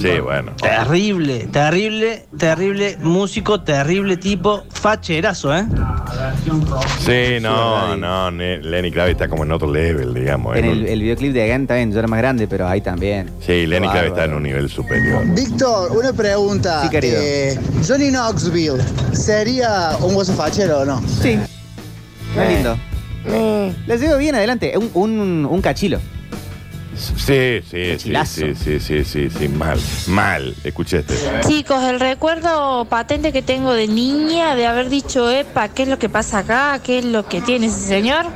Sí, bueno. Eh, Terrible, terrible, terrible músico, terrible tipo, facherazo, ¿eh? Sí, no, no, ne- Lenny Kravitz está como en otro level, digamos. En en el, un- el videoclip de Again también, yo era más grande, pero ahí también. Sí, Lenny Bárbaro. Kravitz está en un nivel superior. Víctor, una pregunta. Sí, querido. Eh, Johnny Knoxville, ¿sería un hueso fachero o no? Sí. Muy lindo. Les llevo bien adelante. Un, un, un cachilo. Sí, sí, sí, Cachilazo. sí, sí, sí, sí, sí, mal, mal. Escuché este. Chicos, el recuerdo patente que tengo de niña de haber dicho, epa, ¿qué es lo que pasa acá? ¿Qué es lo que tiene ese señor?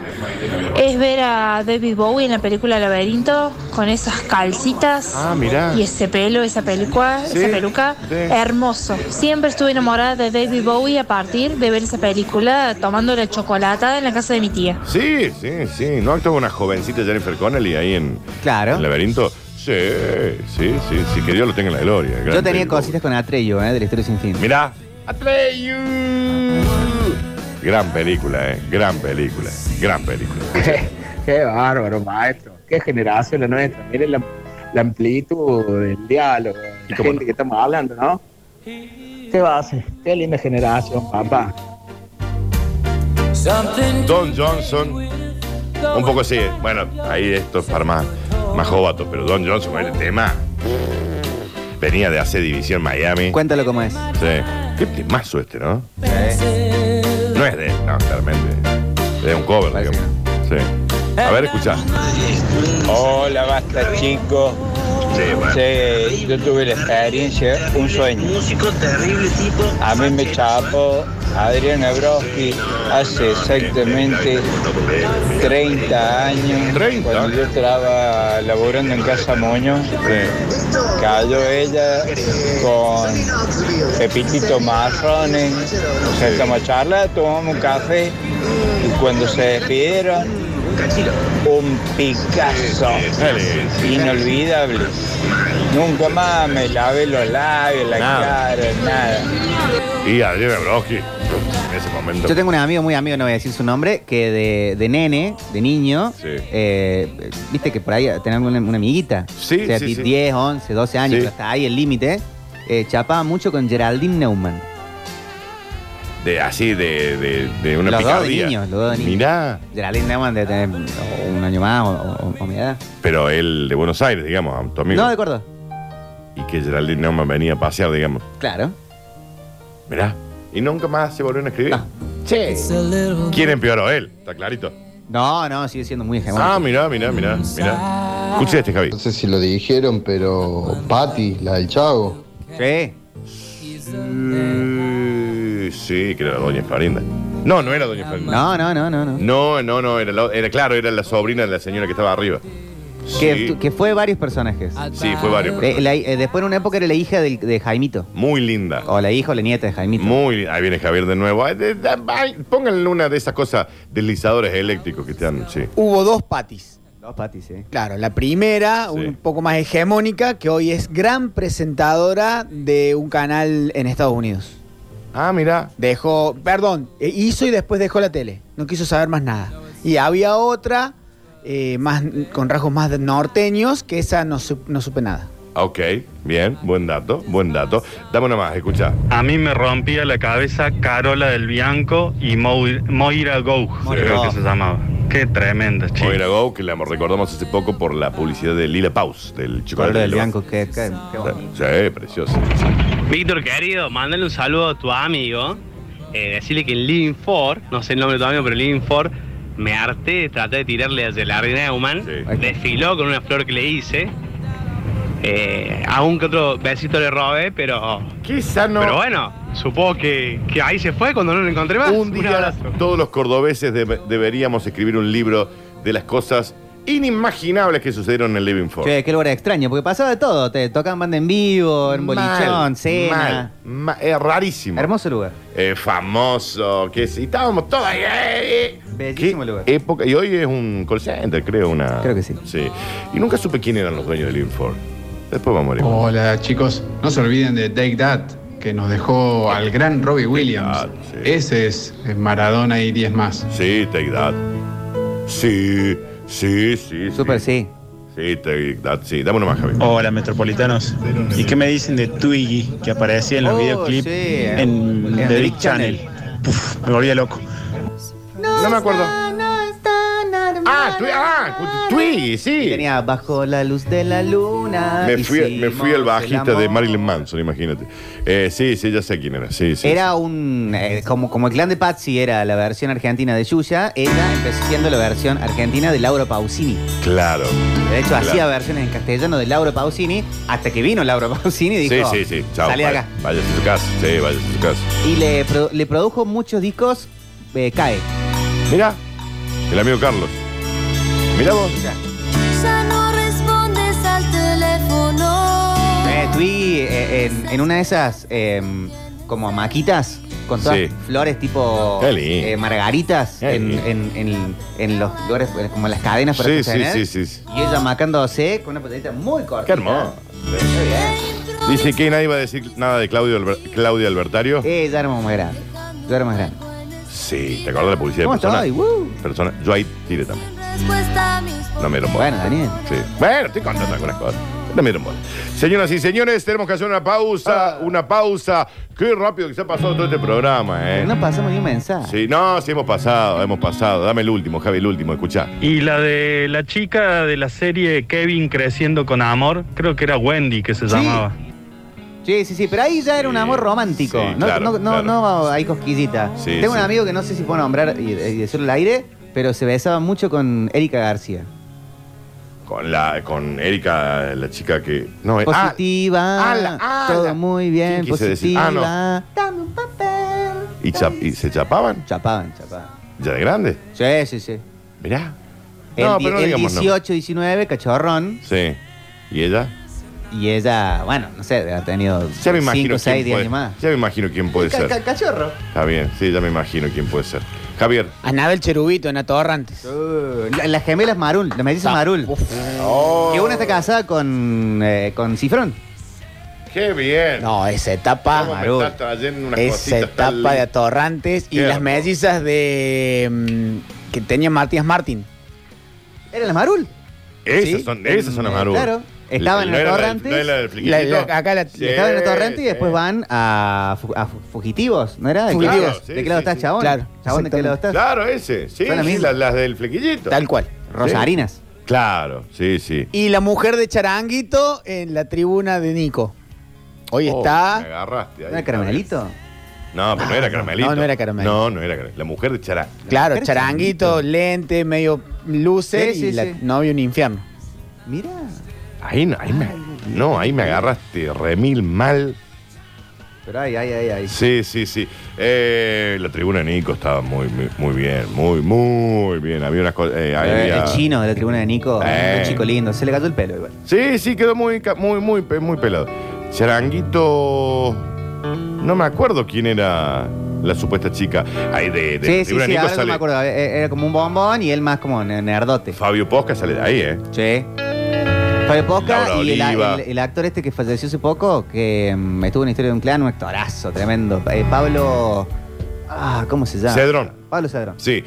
Es ver a David Bowie en la película Laberinto con esas calcitas Ah, mirá. y ese pelo, esa peluca, Sí, esa peluca. sí. Hermoso. Siempre estuve enamorada de David Bowie a partir de ver esa película tomando la chocolata en la casa de mi tía. Sí, sí, sí. ¿No actuaba una jovencita Jennifer Connelly ahí en, Claro. en Laberinto? Sí, sí, sí, sí. Que Dios lo tenga en la gloria. Yo tenía cositas con Atreyo, ¿eh? De la historia sin fin. Mirá, gran película, eh. Gran película, gran película. Qué bárbaro, maestro. Qué generación la nuestra. Miren la, la amplitud del diálogo, la gente que estamos hablando, ¿no? ¿Qué va a hacer? Qué linda generación, papá. Don Johnson, un poco sí. Bueno, ahí esto es para más, más jovatos, pero Don Johnson con el tema. Venía de hace división Miami. Cuéntalo cómo es. Sí. Qué temazo este, ¿no? No es de él, no, claramente. Es un cover, digamos. Sí. A ver, escucha. Hola, basta chicos. Sí, yo tuve la experiencia, un sueño. A mí me chapó Adrián Abrowski hace exactamente 30 años. Cuando yo estaba laborando en Casa Moño, cayó ella con Pepitito Marrones. O sea, Pues estamos charla, tomamos un café y cuando se despidieron, un Picasso inolvidable. Nunca más me lavé los labios, la Nada. cara, nada. Y Adrián Abrowski, en ese momento. Yo tengo un amigo muy amigo, no voy a decir su nombre, que de, de nene, de niño, eh, viste que por ahí tener una, una amiguita. Sí, o sea, sí, di- sí. 10, 11, 12 años, Sí. pero hasta ahí el límite. eh, chapaba mucho con Geraldine Neumann. de así, de, de, de una los picardía. dos de niños, los dos de niños. Mirá. Geraldine Neumann debe tener o un año más o, o- o mi edad. Pero él de Buenos Aires, digamos, tu amigo. No, de Córdoba. Y que Geraldine Neumann venía a pasear, digamos. Claro. Mirá. Y nunca más se volvieron a escribir. Che. ¿Quién empeoró? Él, está clarito. No, no, sigue siendo muy hegemónico. Ah, mirá, mirá, mirá, mirá. Escucha este, Javi. No sé si lo dijeron, pero Patty, la del Chago. Sí. Sí, Eh, sí, que era la doña Florinda. No, no era doña Florinda. No, no, no, no. no. No, no, no, era, la- era claro, era la sobrina de la señora que estaba arriba. Que, Sí, que fue varios personajes. sí fue varios. Eh, la- eh, después en una época era la hija del- de Jaimito. Muy linda. O la hija o la nieta de Jaimito. Muy linda. Ahí viene Javier de nuevo. Ay, de- de- ay, Pónganle una de esas cosas, deslizadores eléctricos que están, sí. Hubo dos patis. Dos patis, eh. Claro, la primera, un poco más hegemónica, que hoy es gran presentadora de un canal en Estados Unidos. Ah, mira. Dejó, perdón, eh, hizo y después dejó la tele. No quiso saber más nada. Y había otra, eh, más, con rasgos más norteños, que esa no, sup- no supe nada. Ok, bien, buen dato, buen dato. Dame una más, escucha. A mí me rompía la cabeza Carola del Bianco y Moira, Moira Gouch, creo que se llamaba. Qué tremenda, chica. Moira Go, que la recordamos hace poco por la publicidad de Lila Paus, del chocolate. Carola del Lila Bianco, Paus. que, que- que bueno. Sí, precioso. Víctor, querido, mándale un saludo a tu amigo. Eh, decirle que en Living Ford, no sé el nombre de tu amigo, pero en Living Ford, me harté, traté de tirarle a Geraldine Neumann. Desfiló con una flor que le hice. Eh, aún que otro besito le robé, pero. Quizá no. Pero bueno, supongo que, que ahí se fue cuando no lo encontré más. Un día abrazo. todos los cordobeses debe- deberíamos escribir un libro de las cosas inimaginables que sucedieron en el Living Force. Che, qué lugar extraño, porque pasaba de todo. Te tocaban banda en vivo, en bolichón, cena. es rarísimo. Hermoso lugar. Eh, famoso, que sí, estábamos todos ahí, eh, eh. Bellísimo Qué lugar. Época, y hoy es un call center, creo, una. Creo que sí. Sí. Y nunca supe quién eran los dueños del Living Force. Después vamos a morir. Hola chicos, no se olviden de Take That, que nos dejó al gran Robbie Williams. Ese es Maradona y 10 más. Sí, Take That. Sí, sí, sí. Súper sí. Sí, Take That, sí. Dame una más, Javi. Hola metropolitanos. ¿Y qué me dicen de Twiggy que aparecía en los Oh, videoclips sí. en, En The The Big Big Channel? Puf, me volvía loco. No, me acuerdo. Ah, Twiggy, ah, Twiggy, sí. Tenía bajo la luz de la luna. Me fui, me fui hicimos el bajista amor. de Marilyn Manson, imagínate. Eh, sí, sí, ya sé quién era. Sí, sí. Era un. eh, como, como el clan de Patsy era la versión argentina de Yuya, ella empezó siendo la versión argentina de Laura Pausini. Claro. De hecho, Claro. hacía versiones en castellano de Laura Pausini hasta que vino Laura *laughs* Pausini y dijo: sí, sí, sí. Chao. salí de vaya- acá. Váyase a su casa. Sí, váyase a su casa. Y le, pro- le produjo muchos discos eh, CAE. Mira. El amigo Carlos. Mira vos. Ya no respondes al teléfono. Eh, Twiggy, eh, en, en una de esas eh, como maquitas con todas Sí. flores tipo Qué lindo. eh, margaritas Qué en, lindo. en- en- en los lugares, eh, como en las cadenas para ¿eh? Sí, sostener. sí, sí, sí, sí. Y ella macándose con una patadita muy corta. Qué hermoso. Dice que nadie va a decir nada de Claudio Alber- Claudio Albertario. Eh, ya éramos más grandes. Yo era más grande. Sí, ¿te acordás de la publicidad ¿Cómo de persona? estoy? Woo. persona. Yo ahí tiré también. Respuesta a mis No me dieron bola. Bueno, Daniel. Sí. Bueno, estoy contando algunas cosas. No me dieron bola. Señoras y señores, tenemos que hacer una Ah. pausa, una pausa. Qué rápido que se ha pasado todo este programa, ¿eh? No pasamos ni un mensaje. Sí, no, sí hemos pasado, hemos pasado. Dame el último, Javi, el último, escuchá. Y la de la chica de la serie Kevin creciendo con amor, creo que era Wendy que se llamaba. Sí, sí, sí, pero ahí ya era un amor romántico. sí, no, claro, no, no, claro. no hay cosquillita. Sí, Tengo sí. un amigo que no sé si puedo nombrar y, y decirlo al aire, pero se besaba mucho con Erika García. Con la, con Erika, la chica que. No, eh, ah, Positiva. todo muy bien, ¿Quién quise decir? positiva. Ah, no. ah, y, chap- y se chapaban. Chapaban, chapaban. ¿Ya de grande? Sí, sí, sí. Mirá. El, No, di- pero no el digamos 18, 19, cachorrón. Sí. ¿Y ella? Y ella, bueno, no sé, ha tenido Ya me imagino 5, 6, quién 10 puede, años más. Ya me imagino quién puede Ca- ser. ca- cachorro. Está bien, sí, ya me imagino quién puede ser. Javier. Anabel Cherubito en Atorrantes. Uh, La- las gemelas Marul, la melliza Ah, Marul. Que una está casada con, eh, con Cifrón. Qué bien. No, esa etapa. ¿Cómo me estás Marul, trayendo unas Esa cositas etapa tan de lindas? atorrantes y Qué las hermoso. mellizas de. mm, que tenía Matías Martín. ¿Eran las Marul? Esas Sí. son, esas son las Mm, marujas. Claro. Estaba en No el era la del- torrente. no era la del flequillito. acá la, Sí, estaba en el torrente sí. y después van a, fu- a fu- fugitivos, ¿no era? ¿De qué Fugitivos. lado- Sí, ¿De qué lado sí, estás, sí. chabón? Claro, Chabón, ¿de qué lado estás? Claro, ese. Sí, Son las sí, mismas. las, las del flequillito. Tal cual. Rosarinas. Claro, sí, sí. Y la mujer de Charanguito en la tribuna de Nico. Hoy Oh, Me está. agarraste ahí. ¿No era Caramelito? No, pero no era caramelito. no, no era caramelito. No, no era caramelito. La mujer de Chará. Claro, Charanguito, lente, medio luces Sí, sí, y la sí. novia un infierno. Mira. Ahí, no, ahí me, no, ahí me agarraste remil mal. Pero ay, ay, ay, ay. Sí, sí, sí. Eh, la tribuna de Nico estaba muy, muy, muy bien, muy, muy bien. Había unas cosas. eh, Eh, había- El chino de la tribuna de Nico, Eh. un chico lindo, se le cayó el pelo igual. Sí, sí, quedó muy, ca- muy, muy, pe- muy pelado. Charanguito. No me acuerdo quién era la supuesta chica. Ahí de, de Sí, la sí, tribuna sí, de Nico ahora no sale. me acuerdo. eh, Era como un bombón y él más como ne- nerdote. Fabio Posca sale de ahí, ¿eh? Sí. Fabio Posca Laura y el, Oliva. el- el actor este que falleció hace poco, que mm, estuvo en la historia de un clan, un actorazo tremendo. Eh, Pablo. Ah, ¿cómo se llama? Cedrón. Pablo Cedrón. Sí.